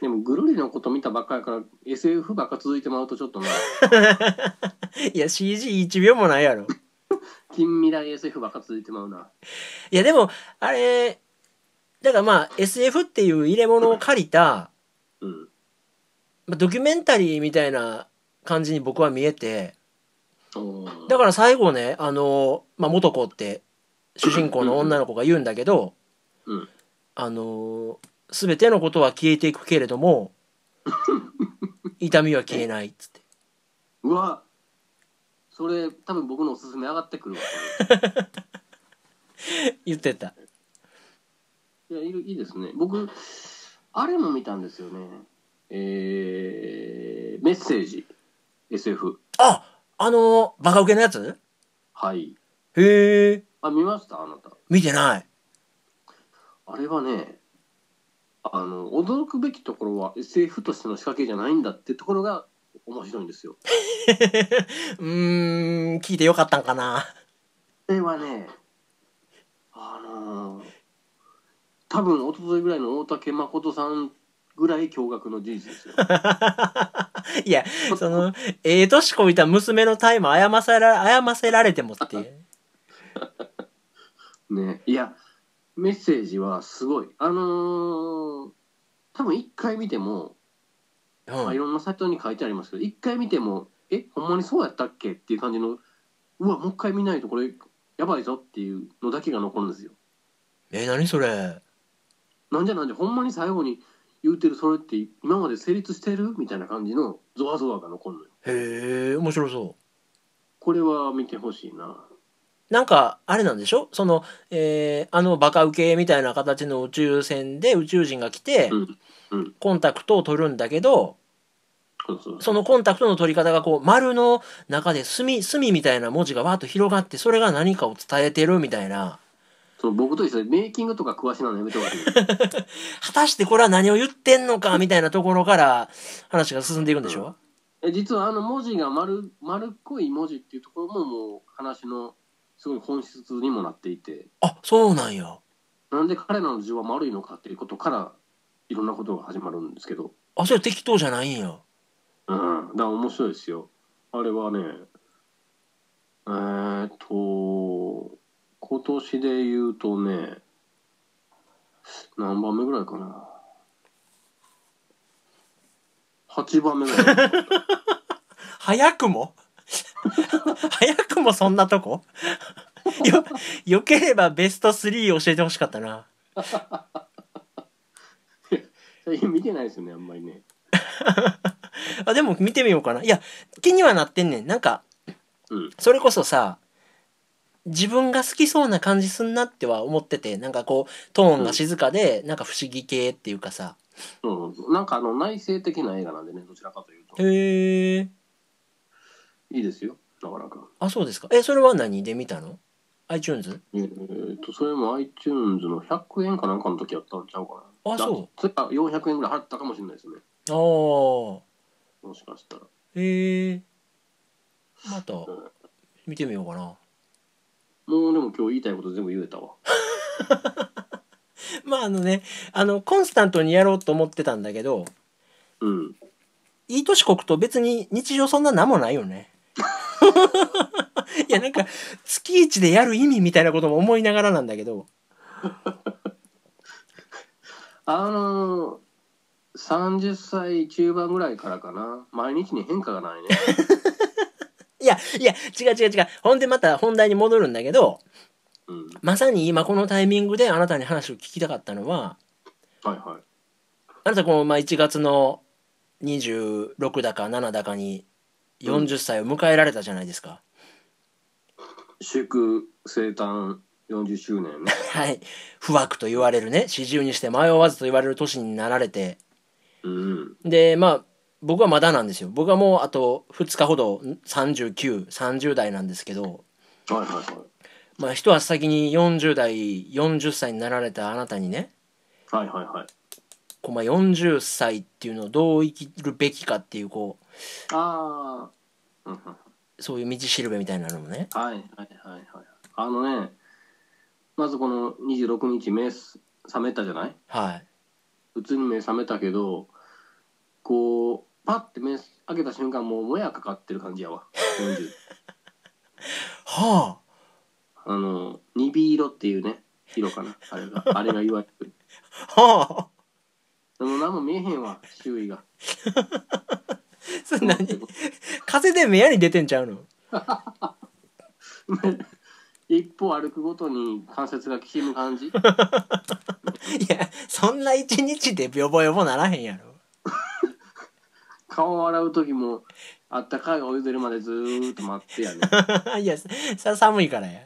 S1: でもぐるりのこと見たばっかりから SF ばっか続いてもらうとちょっとね
S2: いや CG1 秒もないやろ
S1: 近未来 SF ばっか続いてまうない
S2: やでもあれだからまあ SF っていう入れ物を借りた、
S1: うん
S2: まあ、ドキュメンタリーみたいな感じに僕は見えて
S1: おー
S2: だから最後ね、あの、まあ、元子って主人公の女の子が言うんだけど、
S1: うん
S2: あの、すべてのことは消えていくけれども、痛みは消えないっつって。
S1: うわそれ多分僕のおすすめ上がってくるわ
S2: 言ってた。
S1: いやいるいいですね僕あれも見たんですよねえー、メッセージ SF
S2: ああの、バカウケのやつ
S1: はい
S2: へえ、
S1: あ見ましたあなた
S2: 見てない。
S1: あれはねあの驚くべきところは SF としての仕掛けじゃないんだってところが面白いんですよ
S2: うーん、聞いてよかったんかな。
S1: これはねあのー多分一昨日ぐらいの大竹誠さんぐらい驚愕の事実です よ
S2: いや、その、ええ年こいた娘のタイム謝せら、謝せられてもって。
S1: ねいやメッセージはすごいあのー多分一回見ても、
S2: う
S1: まあ、い
S2: ん。
S1: ろんなサイトに書いてありますけど一回見てもえほんまにそうやったっけっていう感じのうわもう一回見ないとこれやばいぞっていうのだけが残るんですよ
S2: え、何それ。
S1: なんじゃなんじゃほんまに最後に言うてるそれって今まで成立してるみたいな感じのゾワゾワが残るのよ
S2: へえ、面白そう。
S1: これは見てほしいな。
S2: なんか、あれなんでしょその、えーあのバカウケみたいな形の宇宙船で宇宙人が来て、
S1: うんうん
S2: コンタクトを取るんだけど、
S1: そうそう
S2: そのコンタクトの取り方がこう、丸の中で墨、墨みたいな文字がわーっと広がって、それが何かを伝えてるみたいな。
S1: その僕と一緒でメイキングとか詳しいのやめてほしい
S2: 果たしてこれは何を言ってんのかみたいなところから話が進んでいくんでしょ、
S1: え実はあの文字が丸丸っこい文字っていうところももう話のすごい本質にもなっていて
S2: あ、そうなんや。
S1: なんで彼らの字は丸いのかっていうことからいろんなことが始まるんですけど
S2: あ、それ適当じゃないんや。
S1: うんだから面白いですよあれはねえーっと今年で言うとね何番目ぐらいかな8番目ぐら い
S2: 早くも 早くもそんなとこ よ、よければベスト3教えてほしかったな。
S1: 最近見てないですよねあんまりね
S2: あ、でも見てみようかな。いや、気にはなってんねん。なんか、
S1: うん
S2: それこそさ、自分が好きそうな感じすんなっては思ってて、なんかこう、トーンが静かで、なんか不思議系っていうかさ。
S1: うん、なんかあの内省的な映画なんでねどちらかというと
S2: へえ。
S1: いいですよなかなか
S2: あ、そうですか。え、それは何で見たの ?iTunes?
S1: えーっとそれも iTunes の100円かなんかの時やったんちゃうかな
S2: あそう
S1: それか400円ぐらい払ったかもしれないですね
S2: ああ。
S1: もしかしたら
S2: へえ。また、見てみようかな。
S1: もうでも今日言いたいこと全部言えたわ
S2: まああのねあのコンスタントにやろうと思ってたんだけど
S1: うん
S2: いい年こくと別に日常そんな何もないよ ね。いやなんか月一でやる意味みたいなことも思いながらなんだけど
S1: あのー、30歳中盤ぐらいからかな毎日に変化がないね
S2: いやいや違う違う違うほんでまた本題に戻るんだけど
S1: うん
S2: まさに今このタイミングであなたに話を聞きたかったのは
S1: はいはい
S2: あなたこのまあ1月の26だか7だかに40歳を迎えられたじゃないですか。
S1: 祝生誕40周年ね
S2: はい不惑と言われるね四十にして迷わずと言われる年になられて
S1: うん
S2: でまあ僕はまだなんですよ僕はもうあと2日ほど3930代なんですけど、
S1: はいはいはい
S2: まあ、一足先に40代40歳になられたあなたにね
S1: はいはいはい
S2: こうまあ40歳っていうのをどう生きるべきかっていうこ
S1: ああ、うんうん、
S2: うそういう道しるべみたいなのもね
S1: はいはいはいはいあのねまずこの26日目覚めたじゃない
S2: はい
S1: 普通に目覚めたけどこうパッて目開けた瞬間もうもやかかってる感じやわ40
S2: は
S1: あのニビ色っていうね色かなあれがあれが言われてる
S2: あはあ
S1: でも何も見えへんわ周囲が
S2: それ何風で目やに出てんちゃうの
S1: 一歩歩くごとに関節がきしむ感じ
S2: いやそんな一日でヨボヨボならへんやろ
S1: 顔を洗う時もあったかいお湯出るまでずーっと待ってやね
S2: いやさ寒いからや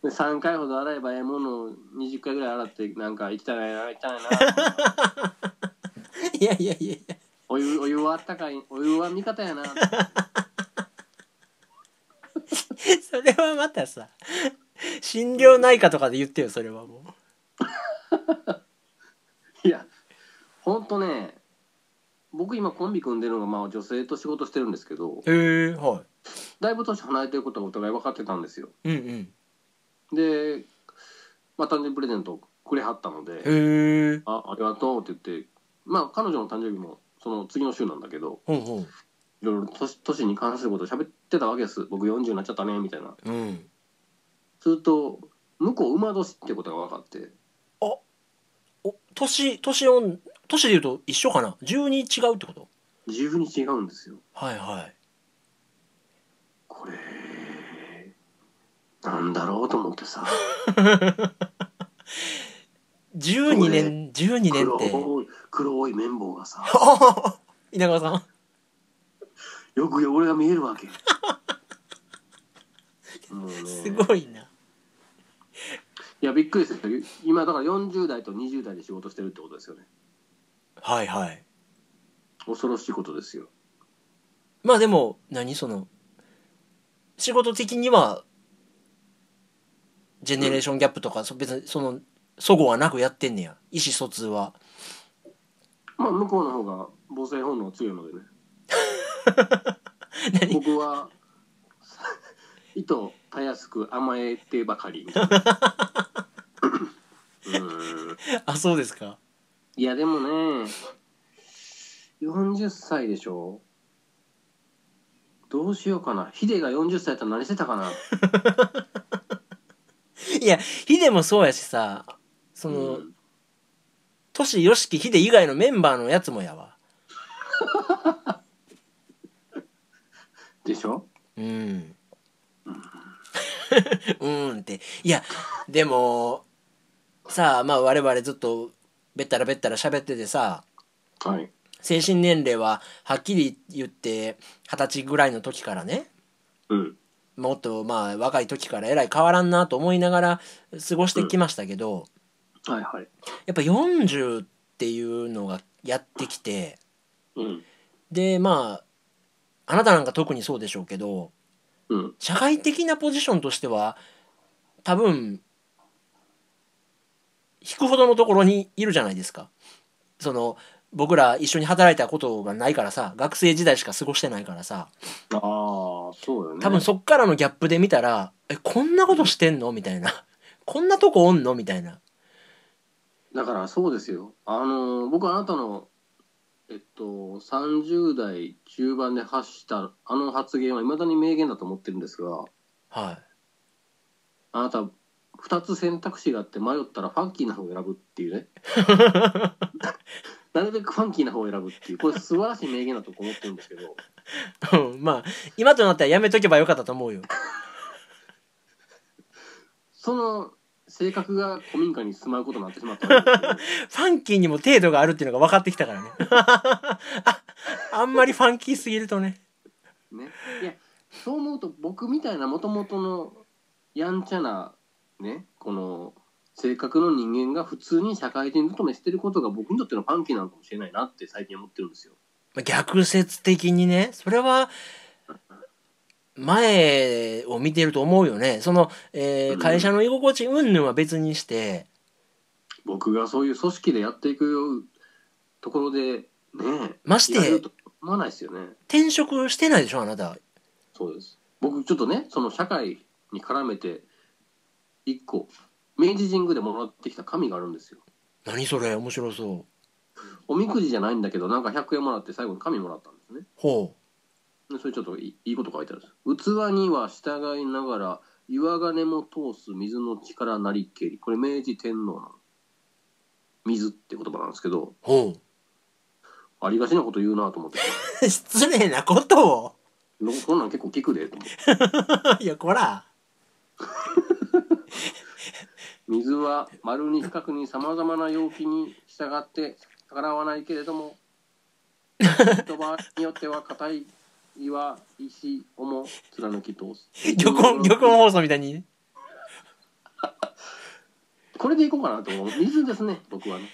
S1: で3回ほど洗えばええものを20回ぐらい洗ってなんか汚いな汚いな
S2: いやいやいやいや
S1: お湯お湯はあったかいお湯は味方やな
S2: それはまたさ心療内科とかで言ってよそれはもう
S1: いやほんとね僕今コンビ組んでるのがまあ女性と仕事してるんですけど
S2: へえは
S1: だいぶ年離れてることはお互い分かってたんですよ
S2: いうん
S1: で、まあ、誕生日プレゼントくれはったので
S2: うんへえ
S1: 「あありがとう」って言ってまあ彼女の誕生日もその次の週なんだけど
S2: ほんほん
S1: いろいろ年年に関することを喋ってたわけです僕40になっちゃったねみたいな
S2: うん
S1: すると向こう馬年ってことが分かって
S2: お年年を年で言うと一緒かな12違うってこと
S1: 自由に違うんですよ
S2: はいはい
S1: これなんだろうと思ってさ
S2: 12年12年って
S1: 黒い黒い綿棒がさ
S2: ああ 稲川さん
S1: よく汚れが見えるわけもうね
S2: すごいな。
S1: いやびっくりする今だから40代と20代で仕事してるってことですよね
S2: はいはい。
S1: 恐ろしいことですよ
S2: まあでも、何その、仕事的には、ジェネレーションギャップとか、そ別にその、そごはなくやってんねや。意思疎通は。
S1: まあ向こうの方が母性本能強いの でね
S2: 何
S1: 僕は 意図たやすく甘えてばかりみたいなうん
S2: あ、そうですか。
S1: いやでもね40歳でしょどうしようかなヒデが40歳だったら何してたかない
S2: や、ヒデもそうやしさ、その、トシ、ヨシキ、ヒデ以外のメンバーのやつもやわ。
S1: でしょ
S2: うん。 うんって。いや、でも、さあ、まあ我々ずっと、べったらべったら喋っててさ、
S1: はい
S2: 精神年齢ははっきり言って二十歳ぐらいの時からね
S1: うん
S2: もっとまあ若い時からえらい変わらんなと思いながら過ごしてきましたけど、
S1: はいはい
S2: やっぱ40っていうのがやってきて
S1: うん
S2: でまああなたなんか特にそうでしょうけど
S1: うん
S2: 社会的なポジションとしては多分引くほどのところにいるじゃないですか。その僕ら一緒に働いたことがないからさ学生時代しか過ごしてないからさ、
S1: ああそうよね
S2: 多分そっからのギャップで見たら、え、こんなことしてんのみたいな。こんなとこおんのみたいな。
S1: だからそうですよあのー僕はあなたのえっと30代中盤で発したあの発言はいまだに名言だと思ってるんですが
S2: は
S1: あなた2つ選択肢があって迷ったらファンキーな方を選ぶっていうねなるべくファンキーな方を選ぶっていうこれ素晴らしい名言だと思ってるんですけど
S2: い。うん、まあ、今となったらやめとけばよかったと思うよ。
S1: その性格が古民家に住まうことになってしまったんですけど
S2: ファンキーにも程度があるっていうのが分かってきたからね。あ、あんまりファンキーすぎるとね。
S1: ねいやそう思うと僕みたいなもともとのやんちゃなねこの性格の人間が普通に社会人勤めしてることが僕にとってのファンキーなのかもしれないなって最近思ってるんですよ
S2: まあ逆説的にね、それは、前を見てると思うよね。その、えー
S1: うん
S2: 会社の居心地云々は別にして、
S1: 僕がそういう組織でやっていくところでね
S2: まして
S1: やれると思わないですよね
S2: 転職してないでしょ、あなた。
S1: そうです僕ちょっとねその社会に絡めて一個明治神宮でもらってきた紙があるんですよ
S2: 何それ面白そう。
S1: おみくじじゃないんだけどなんか100円もらって最後に紙もらったんですね
S2: ほ
S1: でそれちょっといいいこと書いてあるんです器には従いながら岩金も通す水の力なりけりこれ明治天皇の水って言葉なんですけど
S2: う。ほう。
S1: ありがちなこと言うなと思って
S2: 失礼なことを
S1: そんなん結構聞くでと思って
S2: いやこら
S1: 水は丸に四角にさまざまな容器に従って逆らわないけれども人場によっては硬い岩石をも貫き通す
S2: 漁港漁港放送みたいに
S1: これでいこうかなと思う水ですね僕はね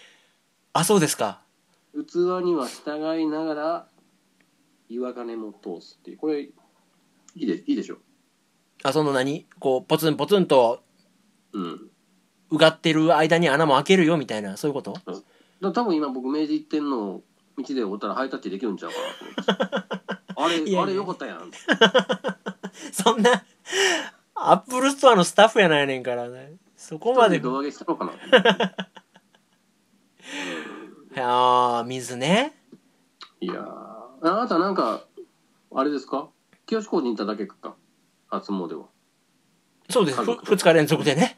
S2: あそうですか
S1: 器には従いながら岩金も通すっていうこれいいでいいでしょ
S2: あその何こうポツンポツンと
S1: うん
S2: うがってる間に穴も開けるよみたいなそういうこと
S1: だ多分今僕明治行ってんの道でおったらハイタッチできるんちゃうかなと思ってあ
S2: い
S1: れ
S2: やいや
S1: あれよかったやん
S2: そんなアップルストアのスタッフやないねんからねそこまで
S1: 胴上げしたのかな
S2: あー水ね
S1: いやーあなたなんかあれですか清志工事に行っただけか初詣は
S2: そうです
S1: 家族
S2: 2日連続でね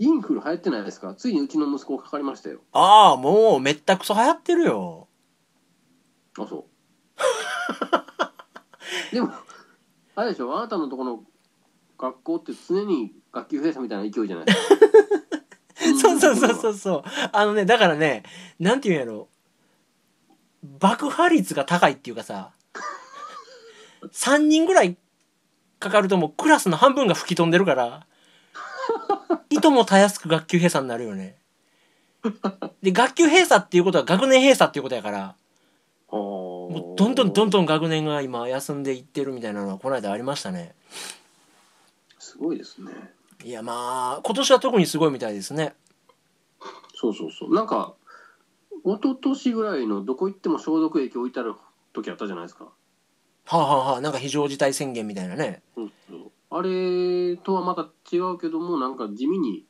S1: インフル流行ってないですかついにうちの息子がかかりましたよ
S2: ああもうめったくそ流行ってるよ
S1: あそう でもあれでしょあなたのとこの学校って常に学級閉鎖みたいな勢いじゃないですか
S2: そうそうそうそううそうあのねだからねなんていうんやろ爆破率が高いっていうかさ3人ぐらいかかるともうクラスの半分が吹き飛んでるから、いともたやすく学級閉鎖になるよね。で、学級閉鎖っていうことは学年閉鎖っていうことやから、も
S1: も
S2: うどんどんどんどん学年が今休んでいってるみたいなのはこの間ありましたね。
S1: すごいですね
S2: いやまあ、今年は特にすごいみたいですね。
S1: そうそうそうなんか一昨年ぐらいのどこ行っても消毒液置いてある時あったじゃないですか、
S2: はあ、はあはあ、なんか非常事態宣言みたいなね。
S1: うんそうあれとはまた違うけどもなんか地味に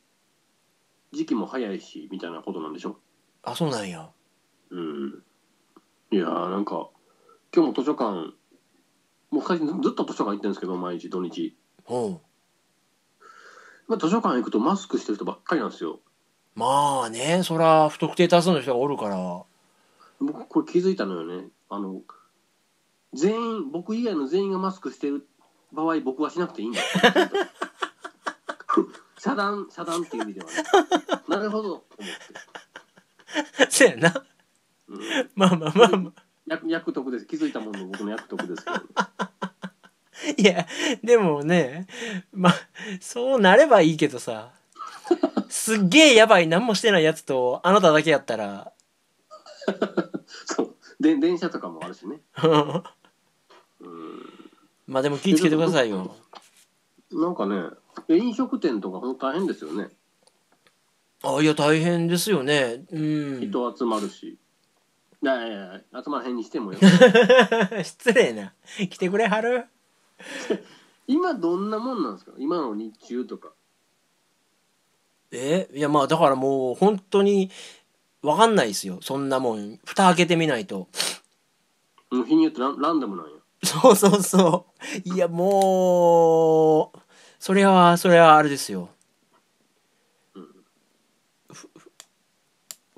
S1: 時期も早いしみたいなことなんでしょ
S2: あ、そうなんや。
S1: うんいやーなんか今日も図書館もう最近ずっと図書館行ってるんですけど毎日土日、
S2: ほう。
S1: まあ、図書館行くとマスクしてる人ばっかりなんですよ
S2: まあね、そら、不特定多数の人がおるから。
S1: 僕これ気づいたのよねあの全員僕以外の全員がマスクしてる場合僕はしなくていいんだ 遮断遮断っていう意味ではねなるほどと思って
S2: せやな。
S1: うん
S2: まあまあ まあまあ。
S1: 役役得です気づいたものの僕の役得ですけど
S2: いや、でもね、まあ、そうなればいいけどさ。すっげえやばい、何もしてないやつと、あなただけやったら。
S1: そうで電車とかもあるしねうん
S2: まあでも気ぃつけてくださいよ。
S1: なんかねいや飲食店とかほんと大変ですよね、
S2: あ、いや、大変ですよね。うん。
S1: 人集まるしいやいやいや集まらへんにしても よ
S2: 失礼な。来てくれはる
S1: 今どんなもんなんですか今の日中とか
S2: えいやまあだからもう本当にわかんないですよそんなもん蓋開けてみないと
S1: もう日によってランランダムなんや
S2: そうそうそういやもうそれはそれはあれですよ
S1: うん
S2: ふふ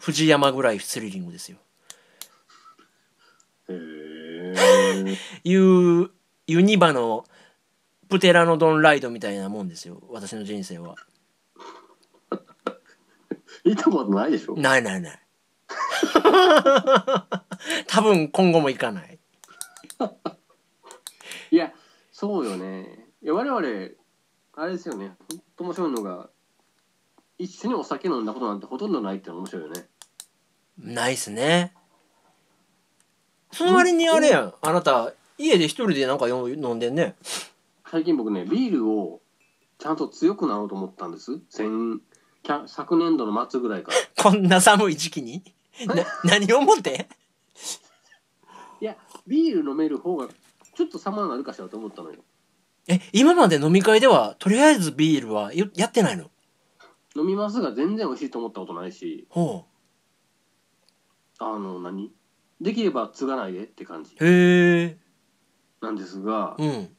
S2: 藤山ぐらいスリリングですよ
S1: へえ。
S2: ユユニバのプテラノドンライドみたいなもんですよ私の人生は
S1: 行ったことないでしょ。
S2: ないないない 多分今後も行かない
S1: いや、そうよね。いや、我々、あれですよね。ほんと面白いのが、一緒にお酒飲んだことなんてほとんどないってのが面白いよね。
S2: ないっすねその割にあれやんあなた家で一人でなんかよ飲んでんね
S1: 最近僕ね、ビールをちゃんと強くなろうと思ったんです。先きゃ昨年度の末ぐらいから。
S2: こんな寒い時期にな何を思って
S1: いや、ビール飲める方が、ちょっと様になるかしらと思ったのよ。
S2: え今まで飲み会ではとりあえずビールはよやってないの
S1: 飲みますが全然美味しいと思ったことないし、
S2: ほ
S1: あの、何できれば継がないでって感じ
S2: うへえ
S1: なんですが、
S2: うん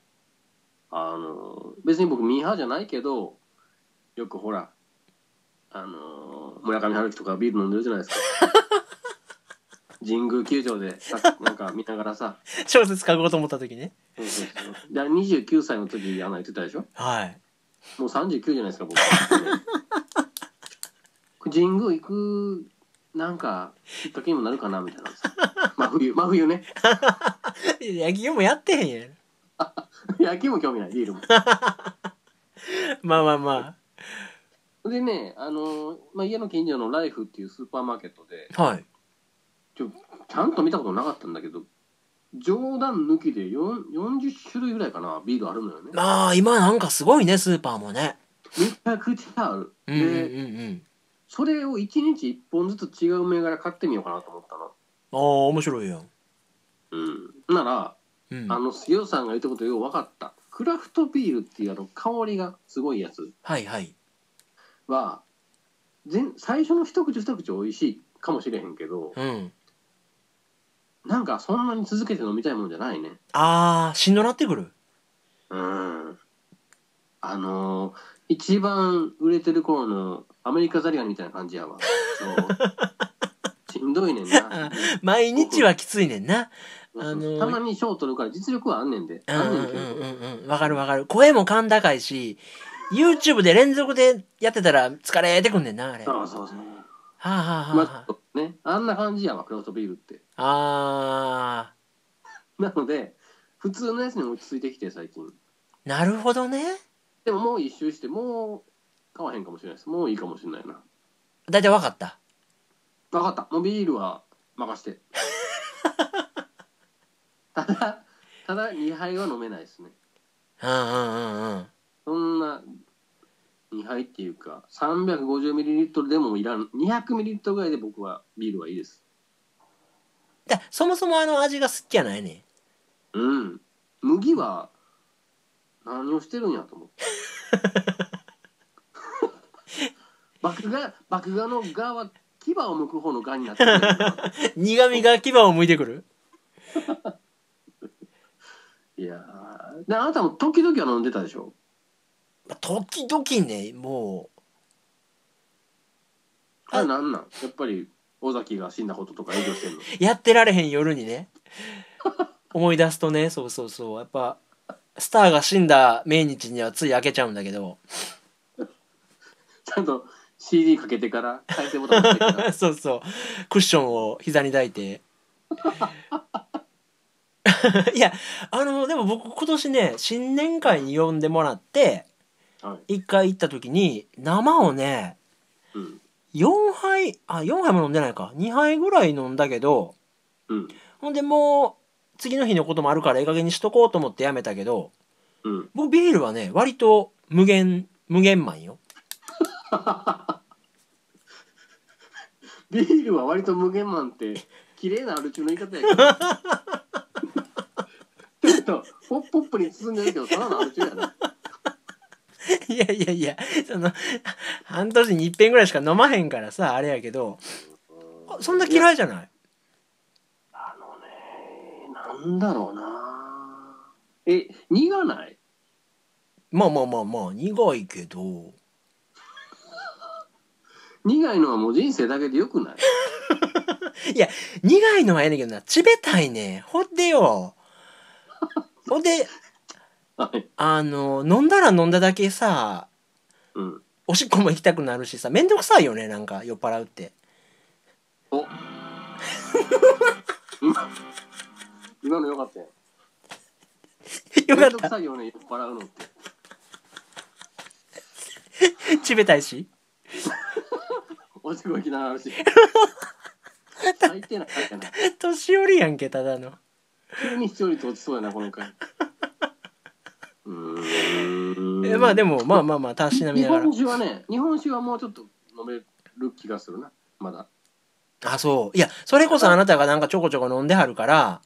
S1: あの別に僕ミーハーじゃないけどよくほらあの村上春樹とかビール飲んでるじゃないですか神宮球場でさなんか見ながらさ
S2: 小説書こうと思った時ね
S1: そうそうそうで29歳の時あの言ってたでしょ
S2: はい
S1: もう39じゃないですか 僕ね神宮行くなんかきっかけにもなるかなみたいなさ真冬真冬ね
S2: 野球もやってへんやん
S1: 野球も興味ないビールも
S2: まあまあま
S1: でねあの、まあ、家の近所のライフっていうスーパーマーケットで
S2: あはい
S1: ちゃんと見たことなかったんだけど冗談抜きで4 40種類ぐらいかなビールあるのよね
S2: まあ今なんかすごいねスーパーもね
S1: めちゃくちゃある
S2: うんうん
S1: で
S2: うん
S1: それを1日1本ずつ違う銘柄買ってみようかなと思ったの
S2: ああ面白いやん
S1: うんなら
S2: うん
S1: あの杉尾さんが言ったことよく分かったクラフトビールっていうあの香りがすごいやつ
S2: はいはい
S1: は全最初の一口一口美味しいかもしれへんけど
S2: うん
S1: なんかそんなに続けて飲みたいもんじゃないね
S2: ああしんどなってくる
S1: うんあのー一番売れてる頃のアメリカザリガニみたいな感じやわ。そうしんどいねん な。
S2: 毎日はきついねんな。
S1: そうそう
S2: あのー
S1: たまに賞取るから実力はあんねんで。
S2: うん
S1: あん
S2: う
S1: ね
S2: ん
S1: んけ
S2: う
S1: ど
S2: んうん。わかるわかる。声も甲高いし、YouTube で連続でやってたら疲れてくんねんな、あれ。は
S1: そうそうそう。
S2: あ、はあはあ
S1: ま
S2: は
S1: あ、ね、あんな感じやわ、クラフトビールって。
S2: あ、あ
S1: なので、普通のやつにも落ち着いてきて最近
S2: なるほどね
S1: でももう一周してもう買わへんかもしれないですもういいかもしれないな
S2: 大体わかった
S1: 分かったもうビールは任してただただ2杯は飲めないですね
S2: うんうんうんうん
S1: そんな2杯っていうか 350ml でもいらん 200ml ぐらいで僕はビールはいいです
S2: だそもそもあの味が好きやないねん
S1: うん麦は何をしてるんやと思って麦芽麦芽の「が」は牙を剥く方の「が」になってるんやけど
S2: 苦味が牙を向いてくる
S1: いやーであなたも時々は飲んでたでしょ
S2: 時々ねも
S1: あれなんなんやっぱり尾崎が死んだこととか影響してんの
S2: うやってられへん夜にね思い出すとねそうそうそうやっぱスターが死んだ命日にはつい開けちゃうんだけど
S1: ちゃんと CD かけてから再生ボタン押してか ら
S2: そうそうクッションを膝に抱いて いやあのでも僕今年ね新年会に呼んでもらって
S1: はい、
S2: 一回行った時に生をね
S1: うん
S2: 4杯あ4杯も飲んでないか2杯ぐらい飲んだけど
S1: うん
S2: ほんでもう次の日のこともあるからええ加減にしとこうと思ってやめたけど
S1: うん
S2: 僕ビールはね割と無限無限マンよ
S1: ビールは割と無限マンって綺麗なアル中の言い方やけどちょっとポッポップに包んでるけどただのアル中やない
S2: やいやいやその半年に一遍ぐらいしか飲まへんからさあれやけどあそんな嫌いじゃない
S1: あのねなんだろうなえ苦ない
S2: まあまあまあまあ苦いけど
S1: 苦いのはもう人生だけでよくない
S2: 苦いのはええねんけどなちべたいねんほん でよほんで
S1: はい
S2: あの飲んだら飲んだだけさ
S1: うん
S2: おしっこも行きたくなるしさめんどくさいよねなんか酔っ払う って
S1: お今今のよかったよ
S2: よかっ
S1: 面倒
S2: た
S1: くさいよね酔っ払うのって
S2: ちべたいし
S1: おしっこ行きながらあるし最低な回やな
S2: 年寄りやんけただの
S1: 急に視聴率落ちそうやなこの回うーん
S2: えまあでもまあまあまあたしなみ
S1: 日
S2: ながら
S1: 本酒はね日本酒はもうちょっと飲める気がするなまだ
S2: あそういやそれこそあなたがなんかちょこちょこ飲んではるから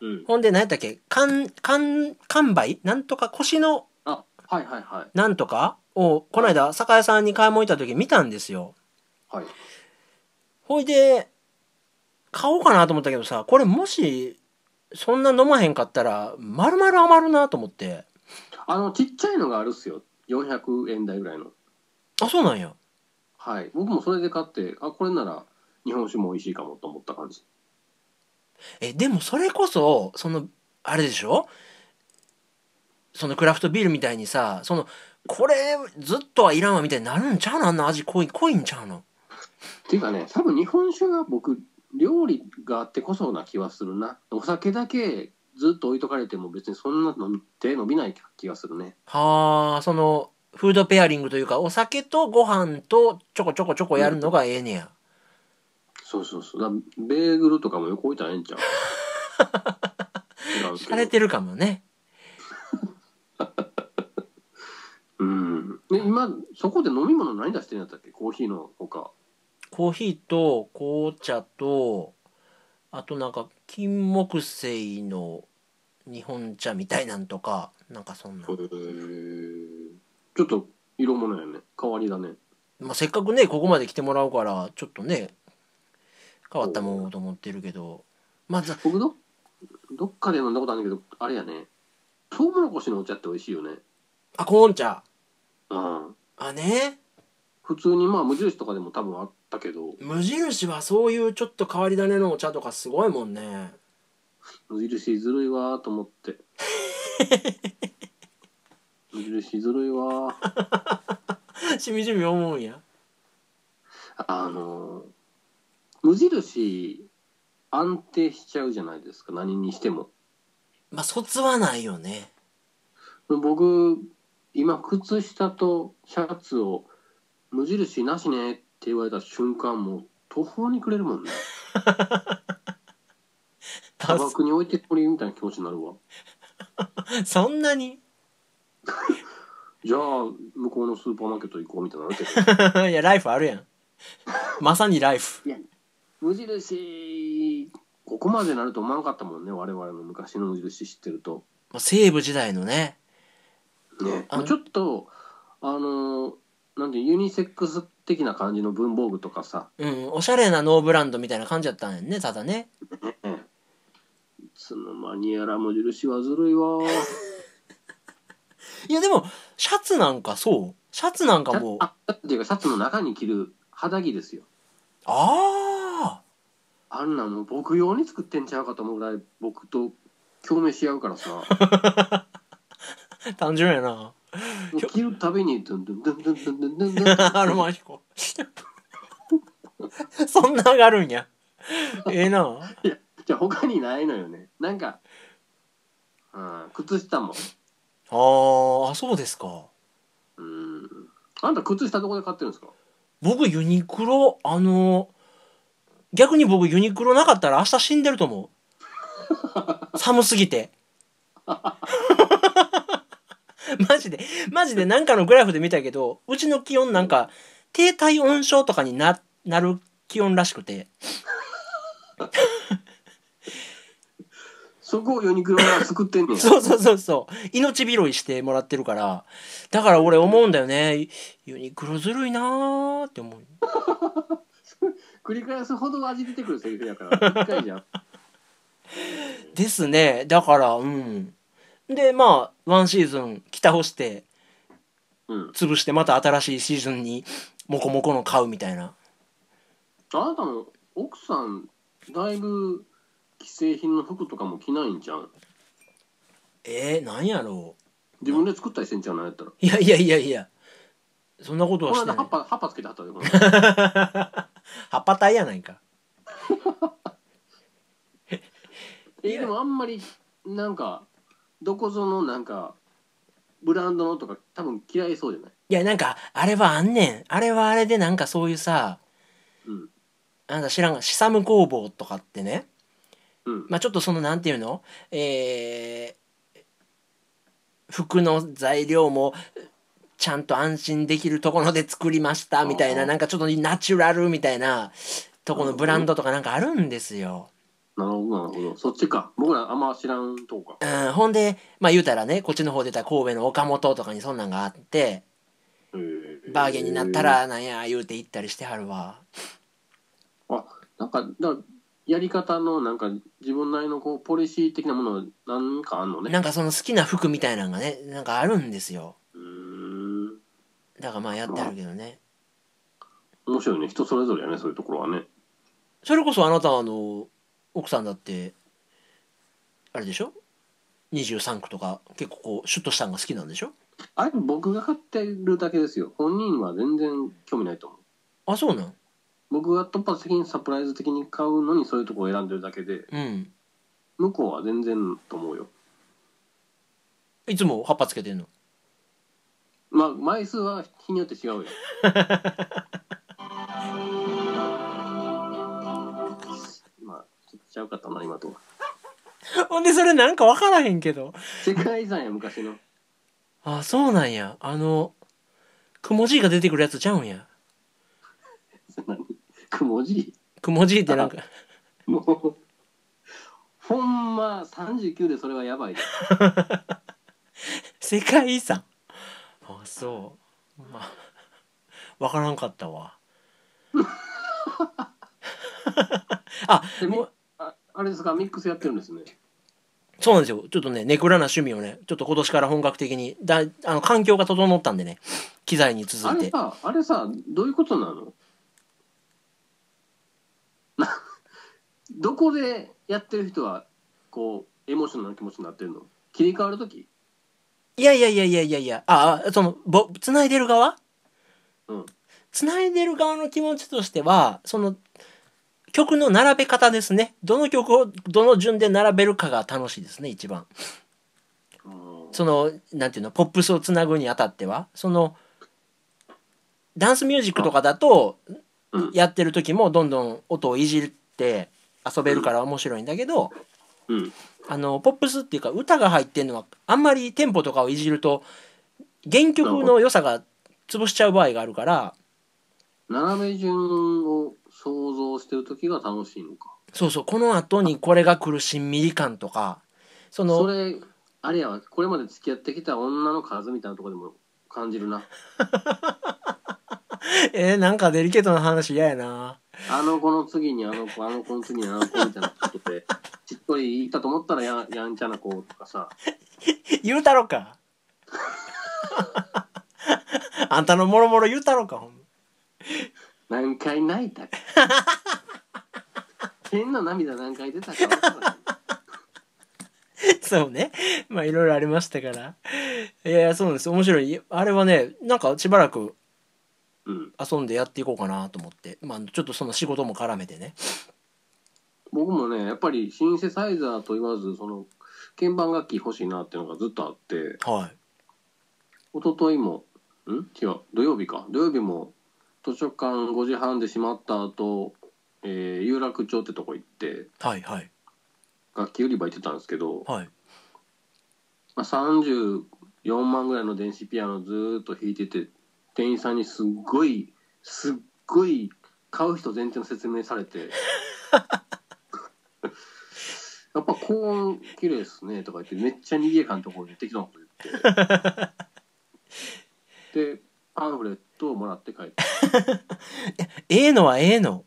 S1: うん
S2: ほんで何やったっけ缶缶缶梅なんとか腰の
S1: あはいはいはい
S2: なんとかをこの間酒屋さんに買い物行った時見たんですよ
S1: はい
S2: ほいで買おうかなと思ったけどさこれもしそんな飲まへんかったら丸々余るなと思って
S1: あのちっちゃいのがあるっすよ400円台ぐらいの
S2: あそうなんや
S1: はい僕もそれで買ってあこれなら日本酒も美味しいかもと思った感じ
S2: えでもそれこそそのあれでしょそのクラフトビールみたいにさそのこれずっとはいらんわみたいになるんちゃうのあんな味濃い濃いんちゃうの
S1: っていうかね多分日本酒が僕料理があってこそな気はするなお酒だけずっと置いとかれても別にそんなの手伸びない気がするね
S2: はあそのフードペアリングというかお酒とご飯とちょこちょこちょこやるのがええねや、
S1: そうそうそうだからベーグルとかも横置いたらええんち ゃう知らんけど
S2: されてるかもね
S1: うんで今そこで飲み物何出してるんやったっけコーヒーのほか
S2: コーヒーと紅茶とあとなんか金木犀の日本茶みたいなんとかなんかそんな
S1: ちょっと色物やね変わりだね
S2: まあ、せっかくねここまで来てもらうからちょっとね変わったもんをと思ってるけどまず
S1: 僕どどっかで飲んだことあるんだけどあれやねトウモロコシのお茶って美味しいよね
S2: あコーン茶
S1: うん
S2: あね
S1: 普通にまあ無印とかでも多分あったけど
S2: 無印はそういうちょっと変わり種のお茶とかすごいもんね
S1: 無印ずるいわーと思って無印ずるいわー
S2: しみじみ思うんや
S1: あのー無印安定しちゃうじゃないですか何にしても
S2: まあ、卒はないよね。
S1: 僕今靴下とシャツを無印なしねって言われた瞬間もう途方に暮れるもんね砂
S2: あそ
S1: 漠に置いてこりみたいな気持ちになるわ
S2: そんなに
S1: じゃあ向こうのスーパーマーケット行こうみたいになるけど
S2: いや、ライフあるやん。まさにライフ。
S1: 無印ここまでなると思わなかったもんね我々の昔の無印知ってると
S2: まあ、西部時代のね。
S1: ね、
S2: あの
S1: ちょっとあのなんていうユニセックス的な感じの文房具とかさ、
S2: うん、おしゃれなノーブランドみたいな感じやったんやんね、ただね。
S1: いつの間にやら無印はずるいわ
S2: いや、でも、シャツなんかそう。シャツなんかもう、あ
S1: あっていうかシャツの中に着る肌着ですよ
S2: あ
S1: あんなもう僕用に作ってんちゃうかと思うぐらい僕と共鳴し合うから さ
S2: ー、単純やな。
S1: も う着るたびにドゥンドゥンドゥンドゥンドゥンドゥンドゥン
S2: アロマヒコ。 そんな上がるんや。ええな。
S1: じゃあ他にないのよねなんか、うん、靴下も
S2: あーあ、そうですか。
S1: うんあんた靴下どこで買ってるんですか
S2: 僕ユニクロ、あの、逆に僕ユニクロなかったら明日死んでると思う。寒すぎて。 マジで、マジでなんかのグラフで見たけど、うちの気温なんか、低体温症とかにな、なる気温らしくて。
S1: そこをユニクロが作ってんねん
S2: そうそうそうそう。命拾いしてもらってるから。だから俺思うんだよね。ユニクロずるいなーって思う。
S1: 繰り返すほど味出てくるセリフやから一回じ ゃん
S2: ですね。だから、うん。で、まあ、ワンシーズン着倒して、
S1: うん
S2: 潰して、また新しいシーズンに、モコモコの買うみたいな。
S1: あなたも奥さんだいぶ既製品の服とかも着ないんじゃん
S2: えー、なんやろ
S1: 自分で作ったりしてんじゃんなんやったら
S2: う。いやいやいやいや。そんなことは
S1: こ
S2: して
S1: の間
S2: な
S1: 葉っ。
S2: い
S1: ぱ葉っぱつけてはったでこの間
S2: 葉っぱ体やないか。
S1: えでもあんまりなんかどこぞのなんかブランドのとか多分嫌いそうじゃない、
S2: いや、なんか、あれはあんねん。あれはあれで、なんかそういうさ、
S1: うん
S2: あなた知らんが、シサム工房とかってね。
S1: うん、
S2: まあ、ちょっとそのなんていうのえー服の材料もちゃんと安心できるところで作りましたみたい
S1: あ
S2: な
S1: ー
S2: なんかちょっとナチュラルみたいなとこのブランドとかなんかあるんですよ。
S1: なるほどなるほどそっちか僕らあんま知らんとこか
S2: うん、ほんでまあ言うたらねこっちの方出たら神戸の岡本とかにそんなんがあってバーゲンになった
S1: へー
S2: らなんや言うて行ったりしてはるわ。
S1: なんかだからやり方のなんか自分なりのこうポリシー的なものなんかあんのね
S2: なんかその好きな服みたいなのがねなんかあるんですよ。
S1: うーん
S2: だからまあやってあるけどね。
S1: 面白いね人それぞれやねそういうところはね
S2: それこそあなたの奥さんだってあれでしょ23区とか結構こうシュッとしたんが好きなんでしょ
S1: あれ僕が買ってるだけですよ本人は全然興味ないと思う
S2: あそうなん
S1: 僕が突発的にサプライズ的に買うのにそういうところを選んでるだけで
S2: うん
S1: 向こうは全然と思うよ
S2: いつも葉っぱつけてんの
S1: まあ枚数は日によって違うよ まあちょっとちゃうかったな今とは
S2: ほんでそれなんか分からへんけど
S1: 世界遺産や昔の
S2: あそうなんやあのくもじいが出てくるやつちゃうんや
S1: 何くもじい
S2: くもじいってなんか
S1: もうほんま39でそれはやばいで
S2: 世界遺産あそうまあ分からんかったわあ
S1: で
S2: もう
S1: みああれですかミックスやってるんですね
S2: そうなんですよ。ちょっとね、ネクラな趣味をね、ちょっと今年から本格的に、だいあの、環境が整ったんでね、機材に
S1: あ
S2: 続い
S1: れ
S2: て。
S1: さあれさどういうことなの などこでやってる人はこうエモーショナルな気持ちになってるの切り替わる時
S2: いやいやいやいやいやいや、あ、あその、ぼ、繋いでる側
S1: うん
S2: 繋いでる側の気持ちとしては、その、曲の並べ方ですね。どの曲をどの順で並べるかが楽しいですね、一番。
S1: うん
S2: その、なんていうの、ポップスをつなぐにあたっては、その、ダンスミュージックとかだと
S1: うん、
S2: やってる時もどんどん音をいじって遊べるから面白いんだけど、
S1: うん
S2: あの、ポップスっていうか歌が入ってるのは、あんまりテンポとかをいじると、原曲の良さが潰しちゃう場合があるから、
S1: 斜め順を想像してる時が楽しいのか
S2: そうそうこの後にこれが来るしんみり感とかその
S1: それあれやわこれまで付き合ってきた女の数みたいなとこでも感じる な
S2: えーなんかデリケートな話嫌やな
S1: あの子の次にあの子あの子の次にあの子みたいなことでちっとり言ったと思ったらややんちゃな子とかさ
S2: 言うたろか あんたのもろもろ言うたろかほんま
S1: 何回泣いたか変な涙何回出たか分からん
S2: そうねまあいろいろありましたからいやいやそうなんです面白いあれはねなんかしばらく
S1: うん、
S2: 遊んでやっていこうかなと思ってまあちょっとその仕事も絡めてね
S1: 僕もねやっぱりシンセサイザーと言わずその鍵盤楽器欲しいなっていうのがずっとあって
S2: はい
S1: 一昨日もん違う土曜日か土曜日も図書館5時半で閉まった後、えー有楽町ってとこ行って
S2: はいはい
S1: 楽器売り場行ってたんですけど、
S2: はい
S1: まあ、34万ぐらいの電子ピアノずーっと弾いてて店員さんにすっごいすっごい買う人前提の説明されてやっぱ高音綺麗ですねとか言ってめっちゃ賑やかなところに適当なこと言ってでパンフレットをもらって帰って
S2: ええのはええの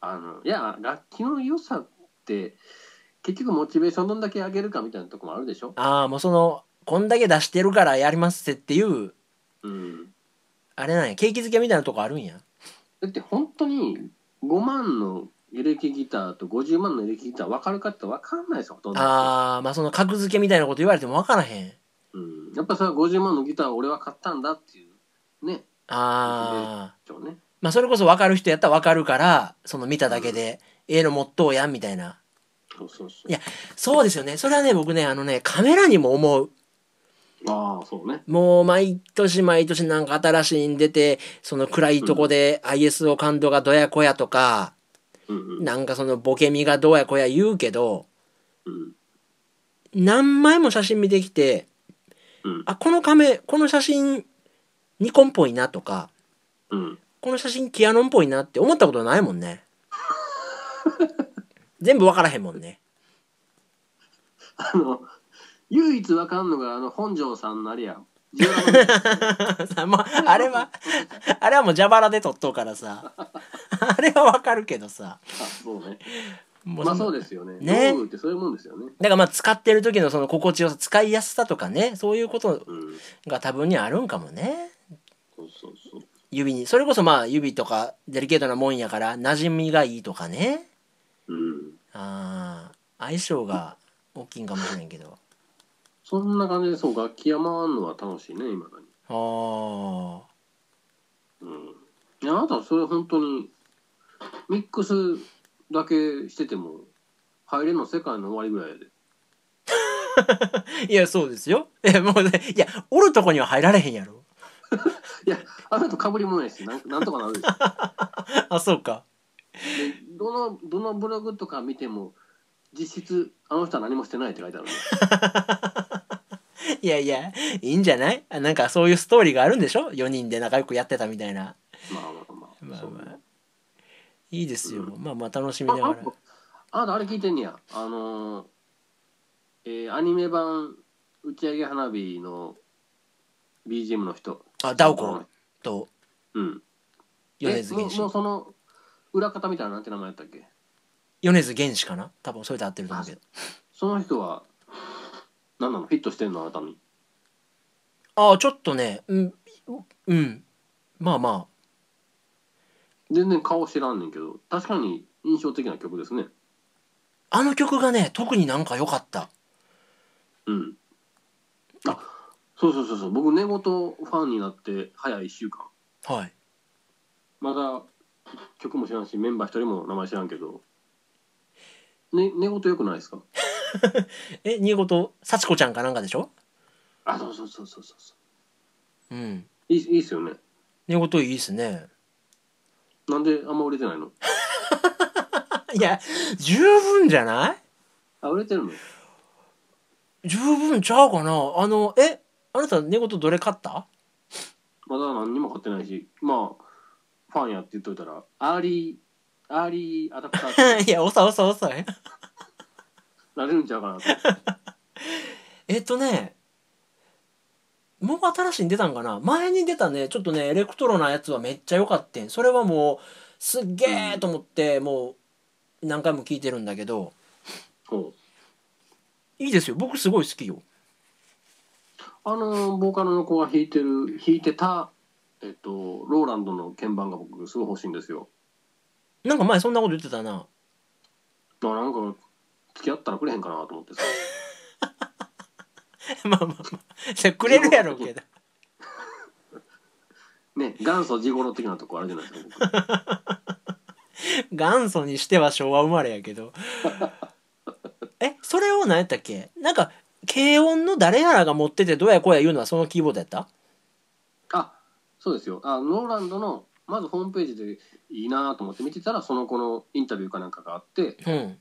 S1: あのいや楽器の良さって結局モチベーションどんだけ上げるかみたいなとこもあるでしょ、
S2: ああもうそのこんだけ出してるからやりますっていう
S1: うん、
S2: あれなんやケーキ漬けみたいなとこあるんや
S1: だって本当に5万のエレキギターと50万のエレキギター分かるかって分かんないですよほとんど、
S2: あーまあその格付けみたいなこと言われても分からへん
S1: うん、やっぱそれは50万のギターを俺は買ったんだっていうね
S2: ああ
S1: 一応ね
S2: まあそれこそ分かる人やったら分かるからその見ただけで、ええの持っとうやんみたいな
S1: そうそうそう
S2: いやそうですよねそれはね僕ねあのねカメラにも思う
S1: ああそうね
S2: もう毎年毎年なんか新しいん出てその暗いとこで ISO 感度がどやこやとか、
S1: うんうん
S2: なんかそのボケみがどうやこや言うけど
S1: うん
S2: 何枚も写真見てきて
S1: うん
S2: あこのカメこの写真ニコンっぽいなとか
S1: うん
S2: この写真キアノンっぽいなって思ったことないも んね全部分からへんもんね
S1: あの唯一分かんのがあの本庄さんのあれやジオラマの
S2: さまああれはあれはもう蛇腹で撮っとうからさ あれは分かるけどさ
S1: あそうね
S2: も
S1: まあそう
S2: で
S1: ですよね
S2: ね
S1: 道具ってそういうもんですよね
S2: だからまあ使ってる時のその心地よさ使いやすさとかねそういうこと
S1: うん
S2: が多分にあるんかもね
S1: そうそうそう
S2: 指にそれこそまあ指とかデリケートなもんやから馴染みがいいとかね
S1: うん
S2: あー相性が大きいんかもしれんけど
S1: そんな感じでそう楽器屋回るのは楽しいね今だに
S2: あ
S1: うんいやあなたはそれ本当にミックスだけしてても入れんの世界の終わりぐらいやで
S2: あいやそうですよ いやもうねいやおるとこには入られへんやろ
S1: いやあなたかぶりもないしなんなんとかなる でしょ
S2: あそうか
S1: でどのどのブログとか見ても実質あの人は何もしてないって書いてあるね
S2: いやいやいいんじゃないあなんかそういうストーリーがあるんでしょ4人で仲良くやってたみたいな
S1: まあまあまあ
S2: まあ
S1: そう
S2: まあいいですよ、
S1: う
S2: まあまあ楽しみなが
S1: あ
S2: ら
S1: ああなたあれ聞いてんねやあのーえーアニメ版打ち上げ花火の BGM の人
S2: あダオコと
S1: うん
S2: 米津
S1: えも
S2: 玄
S1: うもう
S2: 師
S1: その裏方みたいななんて名前やったっけ
S2: 米津玄師かな多分それで合ってると思うけど
S1: その人は何なのフィットしてんのあなたに
S2: ああちょっとねうんうんまあま
S1: 全然顔知らんねんけど確かに印象的な曲ですね
S2: ああの曲がね特になんか良かった
S1: うんあそうそうそうそう僕寝言ファンになって早い1週間
S2: はい
S1: まだ曲も知らんしメンバー一人も名前知らんけど、ね、寝言よくないですか
S2: え新言幸子ちゃんかなんかでしょ
S1: あそうそうそうそうそうそ
S2: うん
S1: ういいいいっすよね
S2: 寝言いいっすね
S1: なんであんま売れてないの
S2: いや十分じゃない
S1: あ売れてるの
S2: 十分ちゃうかなあのえあなた寝言どれ買った
S1: まだ何にも買ってないしまあファンやって言っといたらアーリーアーリーアダプタ ーっ
S2: い
S1: て
S2: やおさおさおさ
S1: なれるんちゃうかなと
S2: えっとねもう新しいに出たんかな前に出たねちょっとねエレクトロなやつはめっちゃ良かったんそれはもうすっげえと思ってもう何回も聞いてるんだけど
S1: こう
S2: いいですよ僕すごい好きよ
S1: あのボーカルの子が弾いてる弾いてたえっとローランドの鍵盤が僕すごい欲しいんですよ
S2: なんか前そんなこと言ってたな
S1: あなんか付き合ったらくれへんかなと思ってさ
S2: まあまあまあじゃあくれるやろうけど
S1: ね元祖ジゴロ的なとこあるじゃないですか僕
S2: 元祖にしては昭和生まれやけどえそれを何やったっけなんか軽音の誰やらが持っててどうやこうや言うのはそのキーボードやった
S1: あそうですよあローランドのまずホームページでいいなと思って見てたらその子のインタビューかなんかがあって
S2: うん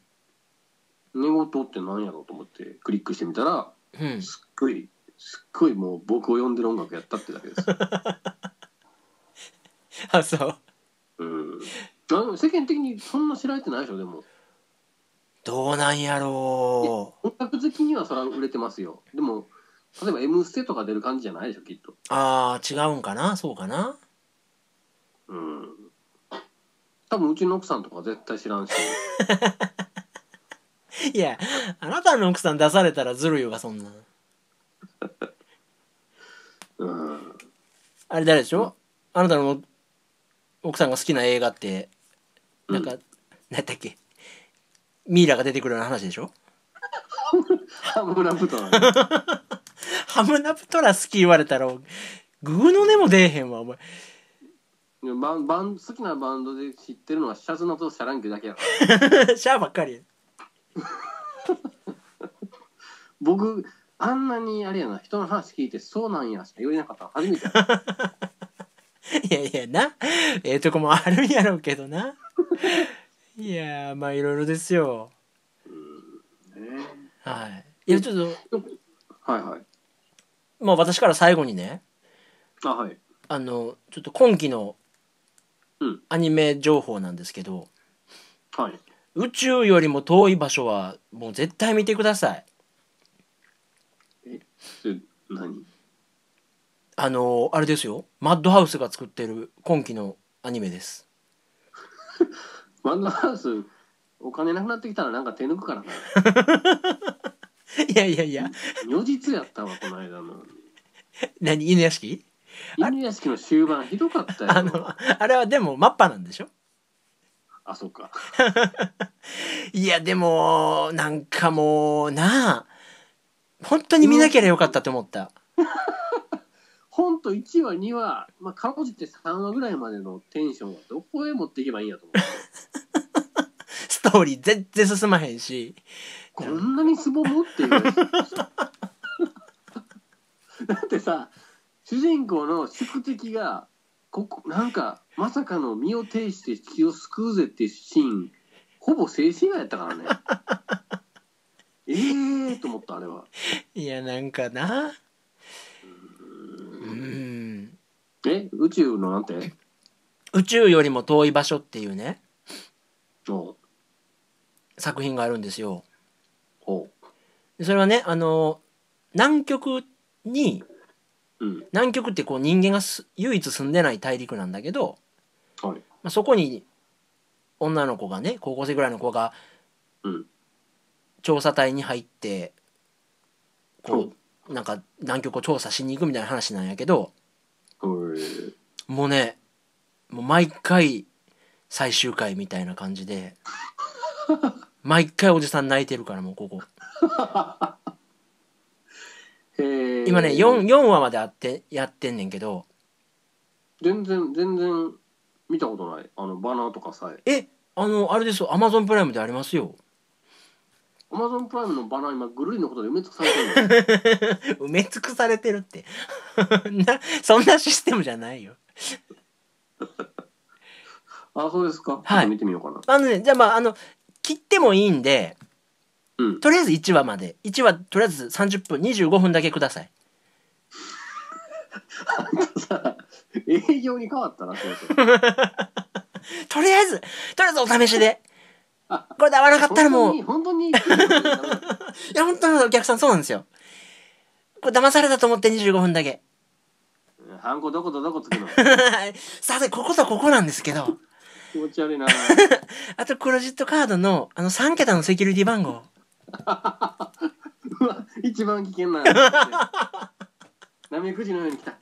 S1: 寝言って何やろうと思ってクリックしてみたら
S2: うん
S1: すっごいすっごいもう僕を呼んでる音楽やったってだけです
S2: あそう
S1: うんあの世間的にそんな知られてないでしょでも
S2: どうなんやろう
S1: 音楽好きにはそれは売れてますよでも例えば「M ステ」とか出る感じじゃないでしょきっと
S2: あー違うんかなそうかな
S1: うん多分うちの奥さんとか絶対知らんし
S2: いやあなたの奥さん出されたらずるいわそんなん
S1: うん
S2: あれ誰でしょあなたの奥さんが好きな映画ってなんか、
S1: う
S2: 何やったっけミイラが出てくるような話でしょ
S1: ハムラプトなん
S2: ハムナプトラ好き言われたら、グーの根も出えへんわ、お前。
S1: でバンバン好きなバンドで知ってるのはシャツのとシャランキュだけやから
S2: シャアばっかりや。
S1: 僕あんなにあれやな人の話聞いてそうなんやしか言えなかったの初めてや
S2: いやいや、な。ええとこもあるんやろうけどな。いやー、まあいろいろですよ。はい。いや、ちょっと、
S1: はいはい
S2: まあ私から最後にね、
S1: あはい
S2: あの、ちょっと今期の
S1: うん
S2: アニメ情報なんですけど、
S1: はい
S2: 宇宙よりも遠い場所はもう絶対見てください。
S1: で何
S2: あの、あれですよ。マッドハウスが作ってる今期のアニメです。
S1: バンドハウスお金なくなってきたらなんか手抜くからな
S2: いやいやいや、
S1: 如実やったわこの間の
S2: 何犬屋敷
S1: 犬屋敷の終盤ひどか ったよ
S2: あの、あれはでもマッパなんでしょ
S1: あそっか
S2: いや、でも、なんかもう、なあ、本当に見なきゃよかったと思った。
S1: 本と1話2話まあかろうじて3話ぐらいまでのテンションはどこへ持っていけばいいんやと思 って
S2: ストーリー全然進まへんし。
S1: こんなにツボ持っている だってさ主人公の宿敵がここなんかまさかの身を挺して血を救うぜっていうシーンほぼ静止画やったからねええと思ったあれはい
S2: や、なんかな。うん。
S1: え宇宙のなんて
S2: 宇宙よりも遠い場所っていうね、
S1: の
S2: 作品があるんですよ。
S1: ほ
S2: でそれはね、あの、南極に、
S1: ううん
S2: 南極ってこう人間がす唯一住んでない大陸なんだけど、
S1: はい
S2: まあ、そこに女の子がね高校生ぐらいの子が
S1: うん
S2: 調査隊に入ってこ
S1: ほ
S2: うなんか南極を調査しに行くみたいな話なんやけど
S1: うへえ
S2: もうねもう毎回最終回みたいな感 じで毎回おじさん泣いてるからもうここ
S1: へえ
S2: 今ね 4, 4話まであってやってんねんけど
S1: 全然全然見たことないあのバナーとかさえ
S2: えあのあれですよアマゾンプライムでありますよ
S1: アマゾンプライムのバナー今ぐるりのことで埋め尽くされて るの
S2: 埋め尽くされてるって なそんなシステムじゃないよ
S1: あそうですか、
S2: はい
S1: ちょっと見てみようかな
S2: あのねじゃあまああの切ってもいいんで
S1: うん
S2: とりあえず1話まで1話とりあえず30分25分だけください
S1: さ営業に変わったなそろそろ
S2: とりあえずとりあえずお試 しでこれで合わなかったらもうい
S1: 本当に本当に
S2: や本当にお客さんそうなんですよこれ騙されたと思って25分だけ
S1: ハンコどことどこつくの
S2: さてこことここなんですけど
S1: 気持ち悪い な
S2: あとクレジットカードのあの3桁のセキュリティ番号
S1: うわ一番危険な なめくじのように来た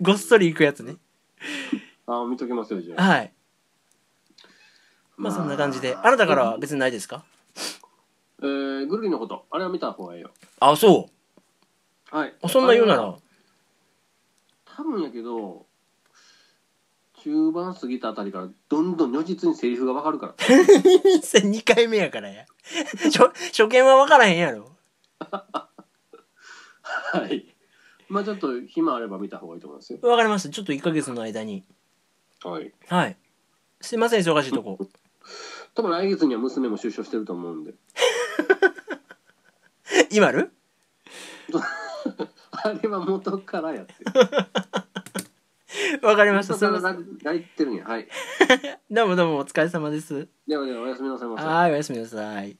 S2: ごっそりいくやつね
S1: あ見ときますよじゃあ
S2: はいまあそんな感じであなたからは別にないですか
S1: えー、ぐるりのことあれは見た方がいいよ
S2: あそ
S1: はい
S2: そんな言うな
S1: あれ
S2: ら
S1: は多分やけど中盤過ぎたあたりからどんどん如実にセリフがわかるから
S2: 2回目やからや 初初見は分からへんやろ
S1: はいまあちょっと暇あれば見た方がいいと思いますよ
S2: 分かりますちょっと1ヶ月の間に
S1: はい
S2: はいすいません忙しい とこ
S1: 多分来月には娘も出所してると思うんで
S2: 今る
S1: あれは元からやって
S2: わかりました
S1: 元
S2: す
S1: か
S2: いません
S1: らやってるんやはい
S2: どうもどうもお疲れ様です
S1: ではではおやすみなさいませ
S2: はいおやすみなさい